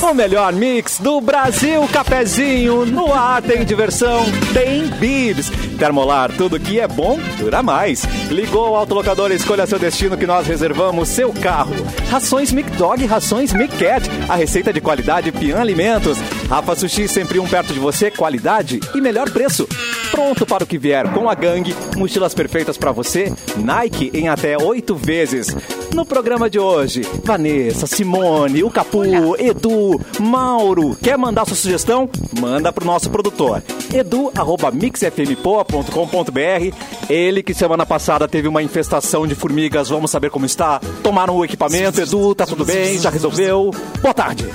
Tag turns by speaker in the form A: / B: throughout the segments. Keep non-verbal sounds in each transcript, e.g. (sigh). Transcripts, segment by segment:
A: O melhor mix do Brasil, cafezinho no ar, tem diversão, tem bibs. Termolar, tudo que é bom dura mais. Ligou o autolocador, escolha seu destino que nós reservamos seu carro. Rações Mic Dog, rações Mic Cat, a receita de qualidade Pian Alimentos. Rafa Sushi, sempre um perto de você, qualidade e melhor preço. Pronto para o que vier com a gangue, mochilas perfeitas para você, Nike em até oito vezes. No programa de hoje, Vanessa, Simone, o Capu, Edu, Mauro. Quer mandar sua sugestão? Manda pro nosso produtor. edu.mixfmpoa.com.br Ele que semana passada teve uma infestação de formigas, vamos saber como está. Tomaram o equipamento, Edu, tá tudo bem, já resolveu. Boa tarde.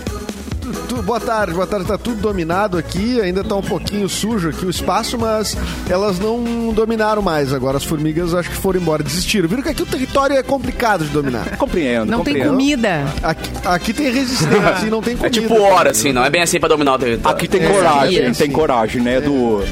B: Tu- boa tarde, boa tarde. Tá tudo dominado aqui, ainda tá um pouquinho sujo aqui o espaço, mas elas não dominaram mais agora. As formigas acho que foram embora, desistiram. Viram que aqui o território é complicado de dominar.
A: Compreendo,
C: Não tem
A: compreendo.
C: comida.
B: Aqui, aqui tem resistência e não tem
D: É
B: comida. né?
D: tipo hora, assim, não é bem assim pra dominar o território.
A: Aqui tem
B: É,
A: coragem, tem
B: sim, sim.
A: coragem, né, Edu?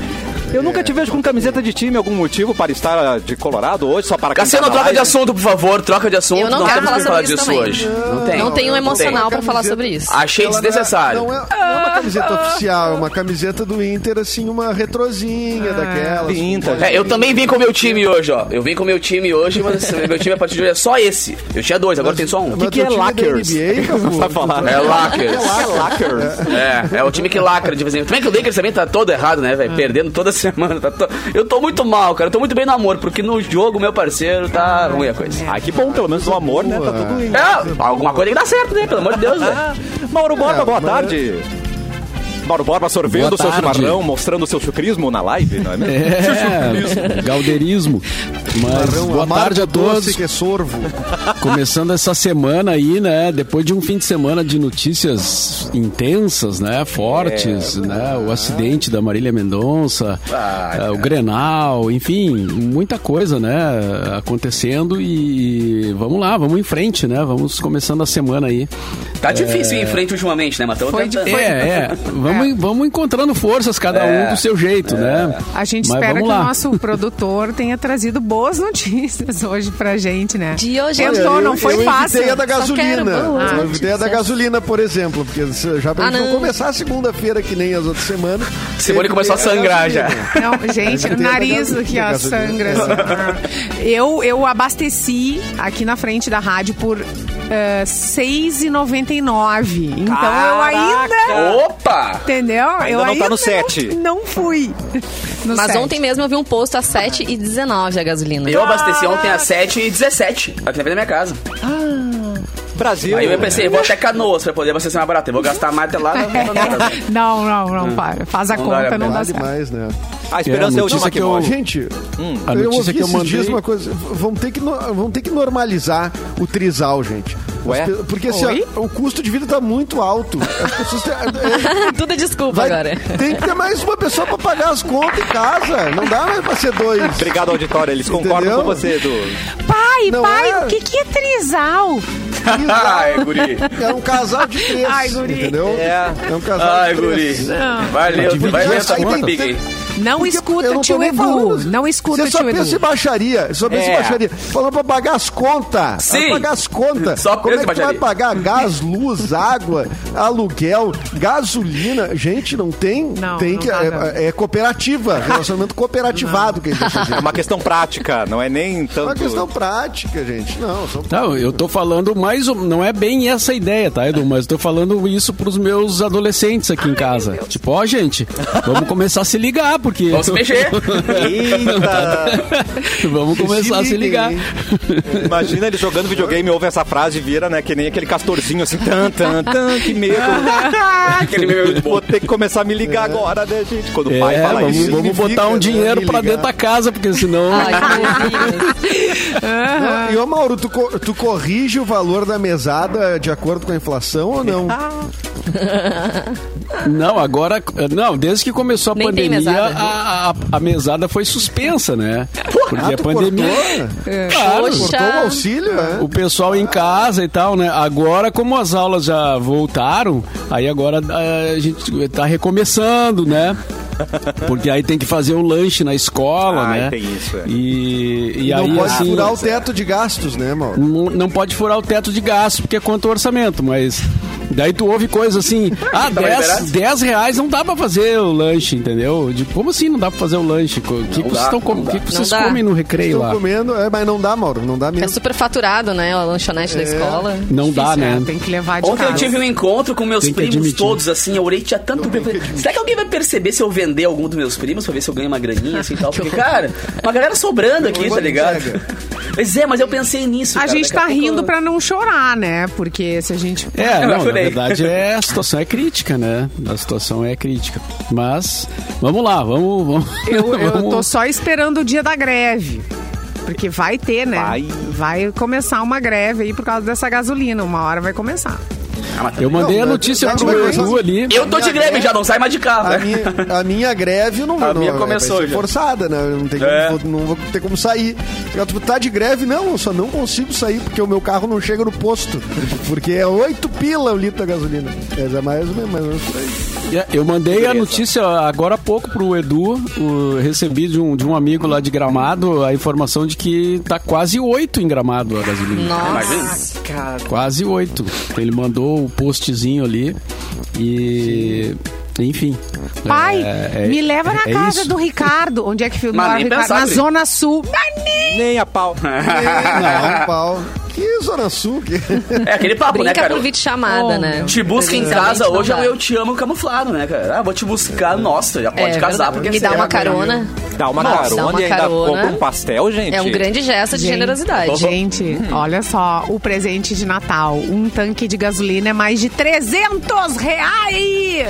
A: Eu nunca te vejo com camiseta de time, algum motivo para estar ah, de Colorado hoje, só para
D: Cassiano, é
A: cantar na
D: troca de
A: live?
D: assunto, por favor. Troca de assunto.
C: Eu não quero
D: temos
C: falar
D: que
C: sobre isso
D: disso
C: também.
D: hoje. Não tem.
C: Não tem um
D: Não
C: emocional
B: tem.
C: pra falar sobre isso.
D: Achei
B: Ela
D: desnecessário.
B: Não é, não é uma camiseta oficial, é uma camiseta do Inter, assim, uma
E: Ah,
B: retrozinha daquelas.
A: vintage.
D: É, eu também vim com o meu time hoje, ó. Eu vim com o meu time hoje, mas esse- meu time a partir de hoje é só esse. Eu tinha dois, agora tem só um.
A: que (laughs) é Lakers?
B: Não
A: Não sabe falar.
D: É Lakers.
A: É Lakers.
D: É, é o time que lacra de vez em quando. Também que o Lakers também tá todo errado, né, velho? Perdendo toda semana. tá to- Eu tô muito mal, cara. Eu tô muito bem no amor, porque no jogo, meu parceiro, tá ruim a coisa.
C: É.
A: Ah, que bom, pelo menos o amor, né? Tá tudo em.
D: É, alguma coisa tem que dar certo, né? Pelo amor de Deus, velho.
A: Ah, Mauro Borba,
B: É,
A: boa
B: mas-
A: tarde. Mauro Borba sorvendo o seu
E: Boa tarde.
A: chimarrão, mostrando o seu chucrismo na live, não é mesmo?
E: É, galdeirismo. Mas
B: Então,
E: boa tarde a todos.
B: que é sorvo.
E: Começando essa semana aí, né? Depois de um fim de semana de notícias intensas, né? Fortes, né? O acidente da Marília Mendonça, eh, o Grenal, enfim, muita coisa, né? Acontecendo e vamos lá, vamos em frente, né? Vamos começando a semana aí.
D: Tá difícil ir em frente ultimamente, né, Matheus?
C: Foi
D: Tentando.
E: É, é. Vamos, vamos encontrando forças, cada um
D: É,
E: do seu jeito, né?
F: A gente
E: Mas
F: espera que
E: vamos lá.
F: o nosso produtor tenha trazido boas notícias (laughs) hoje pra gente, né?
C: De hoje
F: Tentou,
C: Olha,
F: não foi
B: eu
F: fácil.
B: evitei a da
C: Só
B: gasolina.
C: quero boas
B: eu evitei a da
C: notícias.
B: gasolina, por exemplo, porque se- já pra
C: Ah,
B: gente não
C: não.
B: começar a segunda-feira que nem as outras semanas.
D: Simone começou a
B: evitei
D: sangrar já.
B: gasolina.
F: Não, gente,
B: Eu
F: o
B: evitei a da
F: nariz
B: gasolina,
F: aqui, ó,
B: gasolina.
F: sangra. assim. Eu, eu abasteci aqui na frente da rádio por eh, R$ 6,99. Então eu ainda.
D: Opa!
F: Entendeu? eu
A: não tá
F: ainda
A: no sete.
F: Não, não fui. (laughs) no
C: Mas
F: sete.
C: ontem mesmo eu vi um posto às 7 e 19 a gasolina.
D: Eu abasteci ontem às 7h17, aqui na frente da minha casa.
A: Brasil.
D: Aí eu pensei, vou até canoas pra poder abastecer mais barato. Eu vou gastar mais até lá. não vou nada.
F: (laughs) Não, não, não, para. Faz a
D: Não dá,
F: conta, não dá
B: Vale
F: certo.
B: mais, né?
A: A esperança é,
E: É,
A: a última
E: a notícia
A: que
E: que eu-
A: morre.
B: Gente,
D: Hum.
E: A
B: eu
E: notícia
B: ouvi
E: que eu
B: esses dias
E: mandei-
B: uma coisa. Vamos ter que, no- vamos ter que normalizar o trisal, gente. As
A: Ué?
B: pe- Porque assim, ó,
F: Oi?
B: o custo de vida tá muito alto. As pessoas têm, é-
F: (laughs)
C: Tudo é desculpa
B: vai-
C: agora.
B: tem que ter mais uma pessoa pra pagar as contas em casa. Não dá mais pra ser dois.
E: (laughs)
A: Obrigado, auditório. Eles concordam
B: Entendeu?
A: com você, Edu.
F: Pai,
B: Não
F: pai,
B: é?
F: o que, que é trisal?
D: Ai, guri.
B: É um casal de três.
F: Ai, guri.
B: Entendeu?
A: É.
B: É um casal
D: Ai,
B: de
D: guri.
B: três.
D: Valeu, tu vai ver essa
B: Aí
D: conta
B: tem-
D: big aí.
F: Não
B: Porque eu
F: escuta
B: não tô
F: tio
B: nem
F: Edu.
B: falando.
F: Não escuta
B: Você só
F: tio
B: pensa em
F: Edu.
B: baixaria. Só pensa em
A: É.
B: baixaria. Falando pra pagar as contas.
D: Sim.
B: Pra pagar as contas.
D: Só
B: Como é
D: pensa
B: que
D: em
B: tu vai
D: baixaria.
B: pagar gás, luz, água, aluguel, gasolina? Gente, não tem.
F: Não,
B: tem
F: não
B: que,
F: dá, não.
B: é, é cooperativa. Relacionamento cooperativado que a gente tá
A: É
B: fazendo.
A: uma questão prática, não é nem
B: É
A: tanto.
B: uma questão prática, gente. Não, são
E: Tá, eu tô falando mais. ou- Não é bem essa ideia, tá, Edu? Mas eu tô falando isso pros meus adolescentes aqui em casa. Tipo, ó, gente, vamos começar a se ligar, porque.
D: Vamos se mexer.
A: Eita!
E: (laughs) Vamos começar a se ligar.
B: liguem,
A: Imagina ele jogando videogame, ouve essa frase e vira, né? Que nem aquele castorzinho assim, tan, tan, tan, que medo.
D: Aquele meme é muito bom.
A: Vou ter que começar a me ligar agora, né, gente? Quando o pai
E: É,
A: fala
E: vamos,
A: isso.
E: vamos botar um
B: né,
E: dinheiro pra
B: ligar.
E: dentro da casa, porque senão.
C: Ai, meu Deus.
D: Ah.
B: Não, E ô Mauro, tu, co- tu corrige o valor da mesada de acordo com a inflação ou não?
D: Ah.
E: Não, agora. Não, desde que começou a
C: Nem tem
E: pandemia,
C: mesada. né?
E: a, a- a mesada foi suspensa, né? Porque a
B: Ah, tu
E: pandemia.
B: cortou?
E: Claro,
C: Poxa.
B: Cortou o
D: Ah.
B: auxílio, é?
E: o pessoal em casa e tal, né? Agora, como as aulas já voltaram, aí agora eh, a gente tá recomeçando, né? Porque aí tem que fazer o lanche na escola,
D: Ah,
A: Ai,
E: né?
A: tem isso, é.
E: E, e
B: Não
E: aí,
B: pode
E: assim,
B: furar o teto de gastos, né, Mauro?
E: não, não pode furar o teto de gastos, porque é quanto o orçamento, mas Daí tu ouve
D: (laughs)
E: coisa assim, ah,
D: Tava
E: 10,
D: liberado?
E: 10 reais não dá pra fazer o lanche, entendeu? De, como assim não dá pra fazer o lanche? O que, que
D: dá,
E: vocês, tão, com-
D: não
E: que
D: dá.
E: que vocês
C: Não dá.
E: comem no recreio
B: Estão
E: lá?
B: comendo, é, mas não dá, Mauro, não dá
C: É
B: mesmo.
C: super faturado, né? A lanchonete da escola.
E: Não dá,
F: Difícil,
E: né?
F: é, Tem que levar de
D: Ontem eu
F: casa.
D: tive um encontro com meus
E: Tem que
D: primos
E: admitir.
D: todos, assim, eu orei tinha tanto primo. eu falei, Será que alguém vai perceber se eu vender algum dos meus primos pra ver se eu ganho uma graninha, assim e tal? Porque, cara, uma galera sobrando aqui, tá ligado? Pois é, mas eu pensei nisso.
F: A
D: cara.
F: gente
D: Daqui
F: tá
D: pouco eu-
F: rindo
B: um
F: pra não chorar, né? Porque se a gente.
E: É,
D: Eu
E: não, na
D: jurei.
E: verdade é, a situação é crítica, né? A situação é crítica. Mas, vamos lá, vamos. vamos
F: Eu,
E: (laughs)
F: eu
E: vamos-
F: tô só esperando o dia da greve. Porque vai ter, né?
A: Vai.
F: Vai começar uma greve aí por causa dessa gasolina. Uma hora vai começar.
D: Ah, tá
E: eu mandei
B: Não,
E: a
B: na
E: notícia
B: verdade,
E: pro
B: vai começar-
E: Edu ali.
D: Eu tô de
B: né?
D: greve já, não sai mais de né? casa. (laughs)
B: A minha, a minha greve não,
D: A
B: não
D: minha
B: vai
D: começou
B: ser
D: já.
B: forçada, né? Eu Não, tem como-
D: É.
B: vou- não vou ter como sair. Eu, tipo, tá de greve? Não, eu só não consigo sair porque o meu carro não chega no posto. Porque é oito pila o litro da gasolina. Mas é mais ou menos, mais ou menos
E: (laughs)
B: por aí.
E: Eu mandei a notícia agora há pouco pro Edu. o- recebi de um, de um amigo lá de Gramado a informação de que tá quase oito em Gramado a gasolina.
C: Nossa.
E: Quase oito. Ele mandou o postzinho ali e. Enfim.
F: Pai,
E: É, é-
F: me leva na
E: é
F: casa
E: isso.
F: do Ricardo. Onde é que filmou
D: Mas
F: o
D: nem
F: Ricardo?
D: pensar,
F: na
D: Pri.
F: Zona Sul. Mas nem-
A: Nem a pau.
B: Não, pau. É, Que Zona Sul? Que...
D: É aquele papo, né,
C: Brinca
D: cara?
C: por vídeo chamada,
F: Oh,
C: né?
D: Te busca em
C: Presencialmente
D: casa
C: não
D: hoje é
C: dá.
D: um eu te amo camuflado, né, cara? Ah, vou te buscar, nossa, já pode
C: É,
D: casar,
C: verdade.
D: porque
C: Me
D: você
C: dá
D: é
C: uma
D: a minha
C: carona.
A: Dá uma
D: Nossa,
A: carona
C: dá uma
A: e ainda
C: carona.
A: compra um pastel, gente.
C: É um grande gesto de
F: Gente,
D: Uhum.
C: generosidade.
F: Gente, olha só, o presente de Natal. Um tanque de gasolina é mais de 300 reais!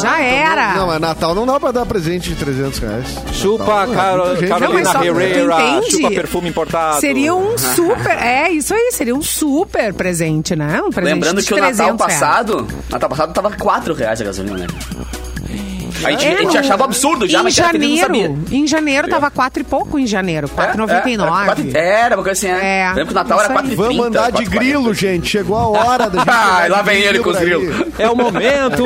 F: Já era!
B: Não, mas Natal não dá pra dar presente de 300 reais.
A: Chupa
B: Natal,
A: Caro-
B: muita gente.
F: Não, mas
A: Carolina
F: só- tu
B: né?
A: Herrera,
F: entende?
A: chupa perfume importado.
F: Seria um super. É, isso aí, seria um super presente, né? Um presente
D: Lembrando
F: de
D: que o Natal
F: 300 reais.
D: passado, Natal passado tava 4 reais a gasolina, né? A gente,
F: É,
D: a gente
F: não-
D: achava absurdo já,
F: em
D: mas cara, que não sabia.
F: janeiro, em janeiro tava quatro e pouco em janeiro,
D: É, era,
F: 4,99.
D: quatro- era uma coisa assim, é.
F: É.
D: Lembra que o Natal era
F: Isso aí.
D: 4,30.
B: Vamos andar de
D: 4,40.
B: grilo, gente. Chegou a hora
D: (laughs)
B: da gente. andar
D: Ah,
B: de
D: lá vem ele com os
B: aí.
D: grilos.
A: É o momento.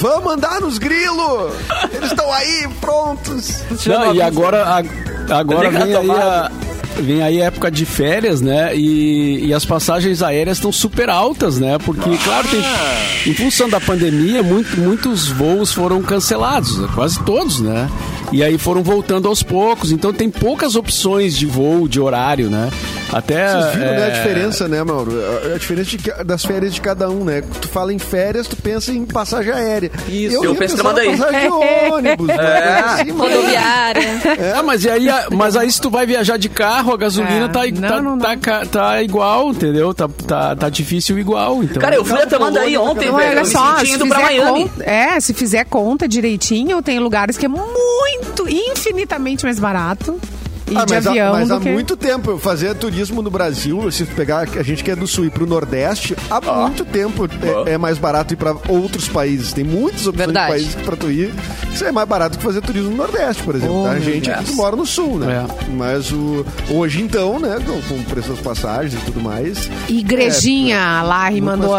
B: Vamos andar nos grilos! Eles estão aí, prontos!
E: Não, e agora, a- agora
D: Liga
E: vem,
D: a
E: aí a,
B: né?
E: vem aí a época de férias, né? E, e as passagens aéreas estão super altas, né? Porque,
B: Ah.
E: claro, tem, em função da pandemia, muito- muitos voos foram cancelados, né? quase todos, né? E aí foram voltando aos poucos, então tem poucas opções de voo, de horário, né? Até.
D: Ah,
B: Vocês viram né, a
E: é,
B: diferença, né, Mauro? A- A diferença de ca- das férias de cada um, né? Tu fala em férias, tu pensa em passagem aérea. Isso, ia
D: eu penso É. em
B: pensar na
D: Tramandaí.
B: passagem de ônibus. uma coisa assim, mas-
C: (laughs) Rodoviária.
E: É, mas, e aí, a- mas aí se tu vai viajar de carro, a gasolina
F: É.
E: tá,
F: Não, não,
E: tá,
F: não.
E: tá ca- tá igual, entendeu? Tá, tá, tá difícil igual. Então.
D: Cara, eu fui a
B: Natal
D: Tamandaí
B: Colônia,
D: ontem,
B: Não,
D: velho.
F: é? olha
D: Eu me
F: só,
D: senti
F: se
D: indo pra
F: fizer,
D: Miami.
F: conta, é, se fizer conta direitinho, tem lugares que é muito, infinitamente mais barato. E
B: Ah,
F: de
B: mas há-
F: avião
B: mas
F: do
B: há
F: que...
B: muito tempo eu fazia turismo no Brasil, se tu pegar a gente que é do sul e pro Nordeste, há
F: Ah.
B: muito tempo é, é mais barato ir pra outros países. Tem muitas opções
C: Verdade.
B: de países pra tu ir. Isso é mais barato que fazer turismo no Nordeste, por exemplo.
F: Oh,
B: tá? A gente aqui que mora no sul, né?
F: É.
B: Mas o hoje então, né, com, com o preço das passagens e tudo mais,
F: Igrejinha,
B: É,
F: a Larry mandou.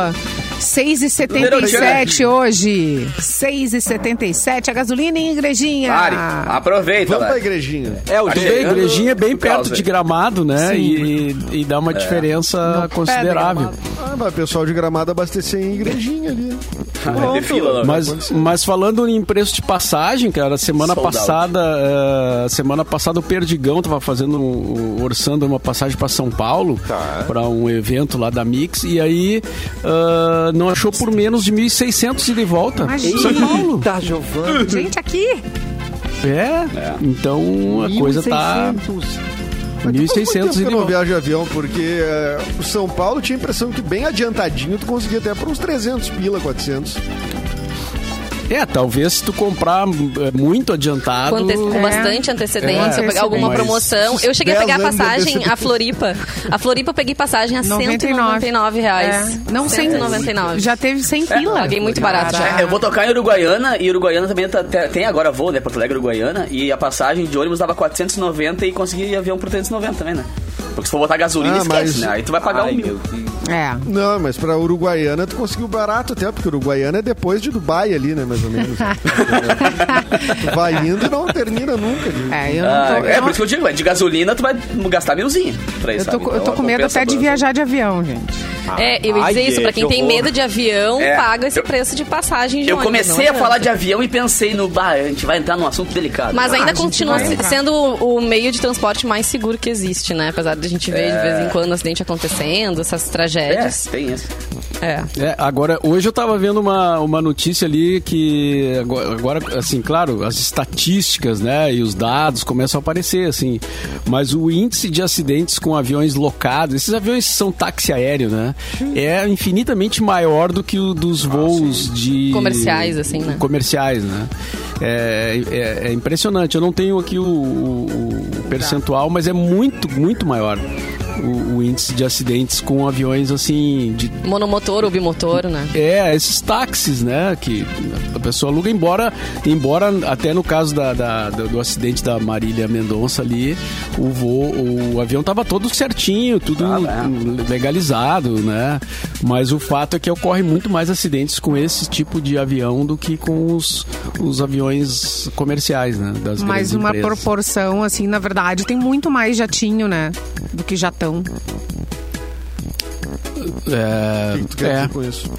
F: 6,77 hoje. 6,77 a gasolina em Igrejinha. Ah,
D: Lari, aproveita,
B: vamos pra
D: Lari.
B: igrejinha.
A: É o
D: Tá
E: Tu
A: jeito.
E: vê,
D: chegando
E: igrejinha é bem
D: por causa É.
E: perto de
D: aí.
E: Gramado, né? E, e dá uma diferença considerável.
B: Ah, mas o pessoal de Gramado abastecer em igrejinha ali.
D: Vai ter fila,
B: é
D: né? Lari.
B: assim.
E: Mas, mas falando em preço de passagem, cara, semana
D: Sold out.
E: passada, eh, semana passada o Perdigão tava fazendo um- um- orçando uma passagem para São Paulo,
D: Tá.
E: pra para um evento lá da Mix, e aí ah, não achou por menos de 1.600 ida e volta.
F: Imagina.
E: São Paulo.
A: Tá, Giovana.
F: Gente, aqui.
E: É. Então a coisa tá 1.600
B: Faz muito tempo que
E: ida
B: eu
E: e
B: não
E: volta.
B: viajo de avião, porque eh, o São Paulo tinha a impressão que bem adiantadinho tu conseguia até por uns 300 pila, 400.
E: É, talvez se tu comprar eh, muito adiantado.
C: Com, ante- com
F: É.
C: bastante antecedência,
F: É.
C: eu pegar alguma
E: Mas
C: promoção. Eu cheguei a
B: dez
C: pegar
D: é
C: a
B: anos de
C: passagem
B: antecedência.
C: a Floripa. A Floripa eu peguei passagem a
F: 99.
C: 199 reais.
F: É. Não,
C: 199.
F: Já teve 100 pila.
C: É, Paguei muito barato já.
D: É, eu vou tocar em Uruguaiana e Uruguaiana também tá- te- tem agora voo, né? Porto Alegre, Uruguaiana. E a passagem de ônibus dava 490 e consegui avião por 390 também, né? Porque se for botar gasolina,
B: Ah,
D: esquece,
B: mas-
D: né? Aí tu vai pagar um mil.
F: É.
B: Não, mas pra Uruguaiana tu conseguiu barato até, porque Uruguaiana é depois de Dubai ali, né, mais ou
F: (laughs)
B: menos. tu vai indo e não termina nunca. de-
F: É, eu não
D: Ah,
F: tô, eu
D: é
F: não-
D: por isso que eu digo, é, de gasolina tu vai gastar milzinho pra
F: eu
D: isso.
F: tô,
D: sabe?
F: com- eu tô
D: Então,
F: com medo
D: compensa
F: até de
D: bastante.
F: viajar de avião, gente.
C: É, eu ia
A: Ai,
C: dizer isso,
A: é,
C: pra quem
A: que
C: tem
A: horror.
C: medo de avião,
D: É,
C: paga esse
D: eu-
C: preço de passagem de
D: Eu
C: ônibus, não é?
D: comecei a
C: adianta.
D: falar de avião e pensei no bah, a gente vai entrar num assunto delicado.
C: Mas
D: Ah,
C: ainda
F: a gente
C: continua
F: vai
C: se-
F: entrar.
C: sendo o o meio de transporte mais seguro que existe, né? Apesar de a gente ver de vez em quando acidente acontecendo, essas
D: é,
C: tragédias.
D: tem isso.
C: É.
E: É, agora, hoje eu tava vendo uma, uma notícia ali que agora, agora, assim, claro, as estatísticas, né, e os dados começam a aparecer, assim, mas o índice de acidentes com aviões locados, esses aviões são táxi aéreo, né, é infinitamente maior do que o dos voos de...
C: Comerciais, assim, né?
E: Comerciais, né. É, é- é impressionante, eu não tenho aqui o, o- o percentual, mas é muito, muito maior o, o índice de acidentes com aviões, assim, de,
C: Monomotor ou bimotor, né?
E: é, esses táxis, né? Que a pessoa aluga, embora, embora até no caso da, da- do, do acidente da Marília Mendonça ali, o voo, o avião tava todo certinho, tudo
B: é.
E: legalizado, né? Mas o fato é que ocorre muito mais acidentes com esse tipo de avião do que com os, os aviões comerciais, né? Das
F: Mas
E: grandes
F: uma
E: empresas.
F: proporção, assim, na verdade, tem muito mais jatinho, né? Do que jatão.
E: É,
B: O que tu quer
E: é.
B: dizer com isso?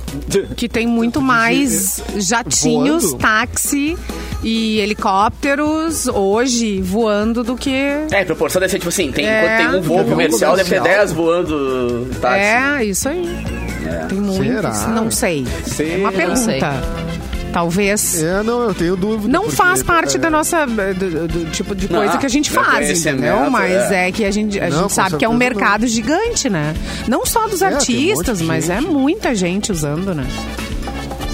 F: Que tem muito mais jatinhos,
B: voando?
F: táxi e helicópteros hoje voando do que.
D: É, em proporção deve ser tipo assim, tem,
F: É.
D: quando tem um voo
B: Avião
D: comercial, deve ter
B: comercial.
D: 10 voando táxi.
F: É, isso aí. Tem muitos.
B: Será?
F: Não sei.
A: Sei.
F: É uma
C: Não sei.
F: pergunta. Talvez.
B: É, não, eu tenho dúvida.
F: Não
B: porque- é,
F: faz parte da nossa do, do tipo de coisa
D: Não,
F: que a gente
D: meu
F: faz,
D: conhecimento,
F: entendeu? Mas
D: é.
F: é, que a gente, a
B: Não,
F: gente
B: com
F: sabe que é um
B: certeza não.
F: mercado gigante, né? Não só dos
B: É, tem um
F: artistas,
B: monte de
F: mas é
B: gente.
F: muita gente usando, né?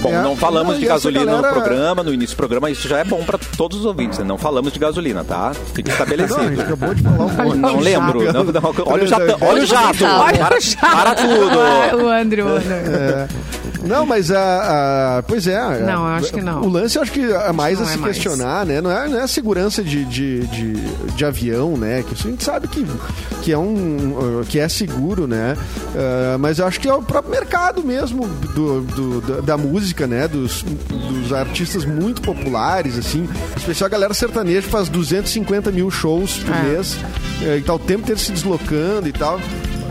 A: Bom,
B: É.
A: não falamos
B: Não,
A: de
B: e essa
A: gasolina
B: galera-
A: no programa, no início do programa, isso já é bom pra todos os ouvintes, né? Não falamos de gasolina, tá? Fica
B: Não, a gente
A: estabelecido.
B: acabou de falar um pouco.
A: Não,
F: o
A: lembro.
B: jato.
A: Não, não, olha o jato. Olha o
B: Olha
A: jato.
C: jato.
A: Para, para
F: Ah, (laughs)
A: tudo.
F: o André, o André.
B: É, Não, mas a, a- Pois é. a-
F: Não, eu acho que não.
B: O lance eu acho que é mais
F: não
B: a
F: é
B: se
F: mais.
B: questionar, né? Não é, não é a segurança de, de, de, de avião, né? Que isso a gente sabe que, que, é, um, uh, que é seguro, né? Uh, mas eu acho que é o próprio mercado mesmo do, do- da, da música, né? Dos, dos artistas muito populares, assim. Especial a galera sertaneja faz 250 mil shows por
F: É.
B: mês. eh, E tá o tempo inteiro se deslocando e tal.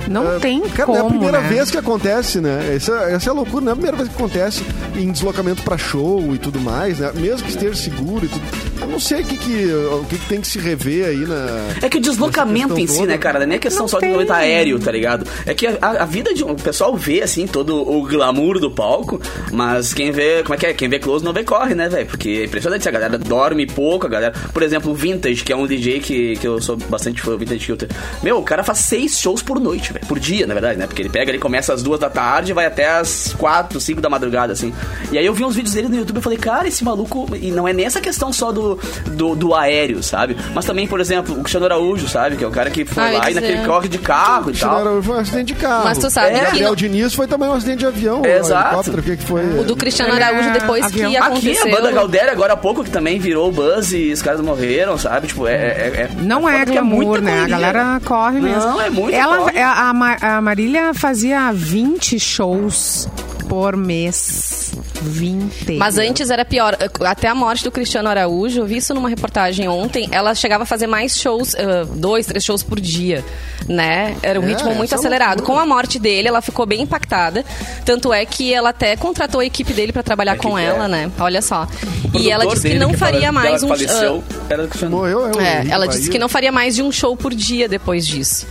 F: Não
B: É,
F: tem
B: cara,
F: como,
B: não é a primeira
F: né?
B: vez que acontece, né? Essa, essa é a loucura, não é a primeira vez que acontece em deslocamento pra show e tudo mais, né? Mesmo que esteja seguro e tudo. Eu não sei o que, que, o que, que tem que se rever aí na.
D: É que o deslocamento
B: Essa
D: em
B: questão
D: si, né,
B: toda.
D: cara, não é nem questão
F: Não
D: só de
F: tem.
D: movimento aéreo, tá ligado? É que a, a vida de um. O pessoal vê, assim, todo o glamour do palco, mas quem vê. Como é que é? Quem vê close não vê corre, né, velho? Porque é impressionante, a galera dorme pouco, a galera. Por exemplo, o Vintage, que é um DJ que, que eu sou bastante fã, o Vintage Kilter. Meu, o cara faz seis shows por noite, velho. Por dia, na verdade, né? Porque ele pega, ele começa às duas da tarde e vai até às quatro, cinco da madrugada, assim. E aí eu vi uns vídeos dele no YouTube e falei, cara, esse maluco. E não é nem essa questão só do, do, do aéreo, sabe? Mas também, por exemplo, o Cristiano Araújo, sabe? Que é o cara que foi
C: Ah, eu ia
D: lá e
C: dizer.
D: naquele corre de carro e tal.
B: Era- Foi um acidente de carro.
C: Mas tu sabe
B: O
C: que
B: Gabriel
C: não-
B: Diniz foi também um acidente de avião.
D: É,
B: um
D: exato.
B: helicóptero, O que, que foi?
C: O do Cristiano
F: É,
C: Araújo, depois
F: avião.
C: que
D: Aqui,
C: aconteceu...
D: a banda Galdéria, agora há pouco, que também virou buzz e os caras morreram, sabe? Tipo, é. é- é-
F: Não é
D: porque
F: glamour,
D: muita
F: né? A
D: correria.
F: galera corre mesmo.
D: Não, é muito
F: Ela,
D: corre.
F: A, a Ma- a Marília fazia 20 shows por mês. 20.
C: Mas antes era pior. Até a morte do Cristiano Araújo, eu vi isso numa reportagem ontem, ela chegava a fazer mais shows, ah, dois, três shows por dia, né? Era um
B: É,
C: ritmo muito
B: essa é
C: acelerado. Com a morte dele, ela ficou bem impactada. Tanto é que ela até contratou a equipe dele pra trabalhar com
D: que
C: ela,
D: é.
C: né? Olha só.
D: O
C: E ela
D: produtor
C: disse que
D: dele,
C: não
D: fala-
C: faria
D: dela
C: mais
D: que
C: um.
D: faleceu, era do Cristiano.
B: Morreu, eu.
C: É,
B: eu-
C: ela
B: eu-
C: disse
B: aí-
C: que não faria mais de um show por dia depois disso.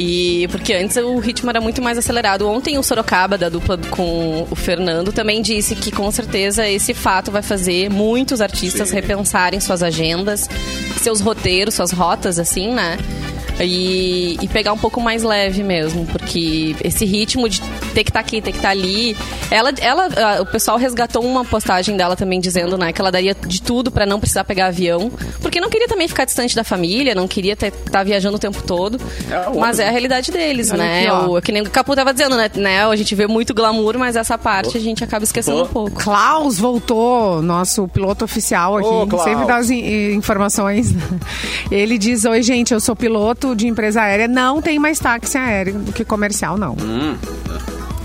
C: E porque antes o ritmo era muito mais acelerado. Ontem o Sorocaba da dupla do- com o Fernando também disse que com certeza esse fato vai fazer muitos artistas repensarem suas agendas, seus roteiros, suas rotas assim, né? E, e pegar um pouco mais leve mesmo, porque esse ritmo de ter que estar aqui, ter que estar ali. Ela, ela, ah, o pessoal resgatou uma postagem dela também dizendo, né, que ela daria de tudo pra não precisar pegar avião, porque não queria também ficar distante da família, não queria estar viajando o tempo todo.
D: É, óbvio.
C: mas é a realidade deles,
F: Olha
C: né?
F: aqui, ó.
C: o, é que nem o Capu tava dizendo, né, né? A gente vê muito glamour, mas essa parte a gente acaba esquecendo
D: Pô.
C: um pouco.
F: Klaus voltou, nosso piloto oficial aqui,
B: Ô, Klaus.
F: sempre dá as in- informações. né? Ele diz: Oi, gente, eu sou piloto de empresa aérea, não tem mais táxi aéreo do que comercial, não.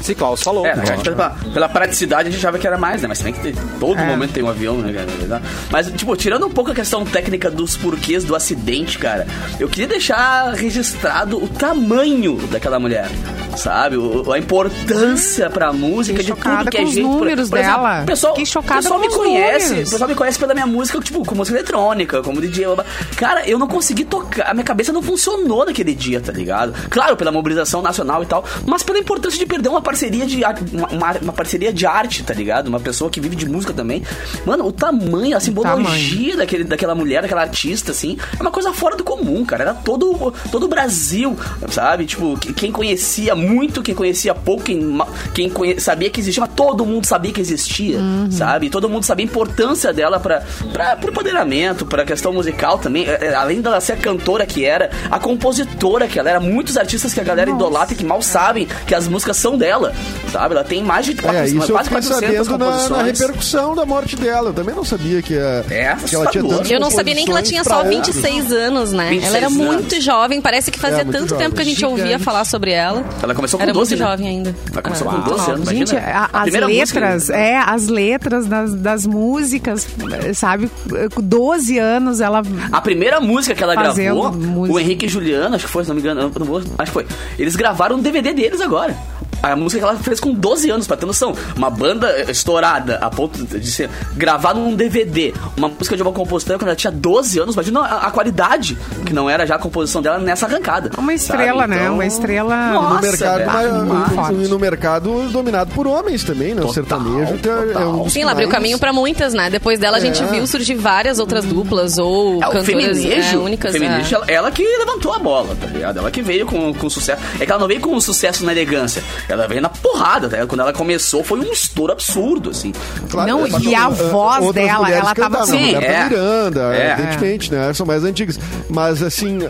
A: Sim, Klaus falou.
F: né?
D: É, na verdade, pela, pela praticidade a gente achava que era mais, né? Mas também que tem- todo
F: É.
D: momento tem um avião, né, cara? Na verdade. Mas, tipo, tirando um pouco a questão técnica dos porquês do acidente, cara, eu queria deixar registrado o tamanho daquela mulher. Sabe? O- a importância pra música
F: Fiquei
D: de tudo
F: chocada
D: que
F: com
D: é
F: os
D: gente. por-
F: números
D: por exemplo,
F: dela.
D: o pessoal,
F: Fiquei chocada
D: o pessoal
F: com
D: me
F: os
D: conhece.
F: números.
D: O pessoal me conhece pela minha música, tipo, com música eletrônica, como DJ. blá, blá. Cara, eu não consegui tocar. A minha cabeça não funcionou naquele dia, tá ligado? Claro, pela mobilização nacional e tal, mas pela importância de perder uma parceria de ar- uma, uma- uma parceria de arte, tá ligado? Uma pessoa que vive de música também. Mano, o tamanho, a simbologia daquele, daquela mulher, daquela artista, assim, é uma coisa fora do comum, cara. Era todo, todo o Brasil, sabe? Tipo, que- quem conhecia muito, quem conhecia pouco, quem, ma- quem conhe- sabia que existia, mas todo mundo sabia que existia, sabe? Todo mundo sabia a importância dela pra, pra, pro empoderamento, pra questão musical também. É, é, Além dela ser a cantora que era, a compositora que ela era, muitos artistas que a galera idolatra e que mal sabem que as músicas são dela, sabe? Ela tem mais de
B: É,
D: 400,
B: isso eu
D: quase
B: fiquei
D: 400
B: sabendo na,
D: composições.
B: na repercussão da morte dela. Eu também não sabia que, a,
D: É,
B: que ela tinha
D: assustador.
B: tantas
C: Eu não sabia nem que ela tinha só
B: composições pra outros.
C: 26 anos, né?
D: 26
C: ela era
D: anos.
C: muito jovem, parece que fazia
B: É, muito
C: tanto
B: jovem.
C: tempo que a gente ouvia
B: Gigante.
C: falar sobre ela.
D: Ela começou com
C: era
D: 12,
C: muito
D: né?
C: jovem ainda.
D: Ela começou
C: Ah,
D: com 12 anos, imagina.
F: Gente, a- as
D: primeira música-
F: letras, é, as letras das, das músicas, sabe? Com 12 anos ela.
D: A primeira música que ela
F: Fazendo
D: gravou,
F: música.
D: o Henrique e Juliano, acho que foi, se não me engano, eu não vou- acho que foi. Eles gravaram um DVD deles agora. A música que ela fez com 12 anos, pra ter noção. Uma banda eh, estourada, a ponto de ser gravada num DVD. Uma música de uma compositora quando ela tinha 12 anos, imagina a, a qualidade, que não era já a composição dela nessa arrancada.
F: Uma estrela,
D: sabe?
F: né?
D: Então-
F: Uma estrela.
D: Nossa, é.
B: No mercado,
D: velho,
B: mas-
F: animal.
B: e no mercado dominado por homens também, né? o sertanejo tem- é um dos
C: Sim, ela abriu
B: mais-
C: caminho pra muitas, né? Depois dela a gente viu surgir várias outras duplas ou
D: É, o
C: cantoras
D: feminejo,
C: é, únicas.
D: o feminejo,
C: é.
D: ela, ela que levantou a bola, tá ligado? Ela que veio com, com sucesso. É que ela não veio com sucesso na elegância. Ela veio na porrada, tá ligado? Quando ela começou, foi um estouro absurdo, assim.
B: Claro,
F: Não,
B: é, só
F: e
B: que,
F: a
B: uh,
F: voz
B: outras
F: dela,
B: mulheres
F: ela tava
B: cantavam,
F: assim,
B: Roberta
D: é.
B: Miranda,
D: É.
B: evidentemente, né? São mais antigas. Mas, assim, uh,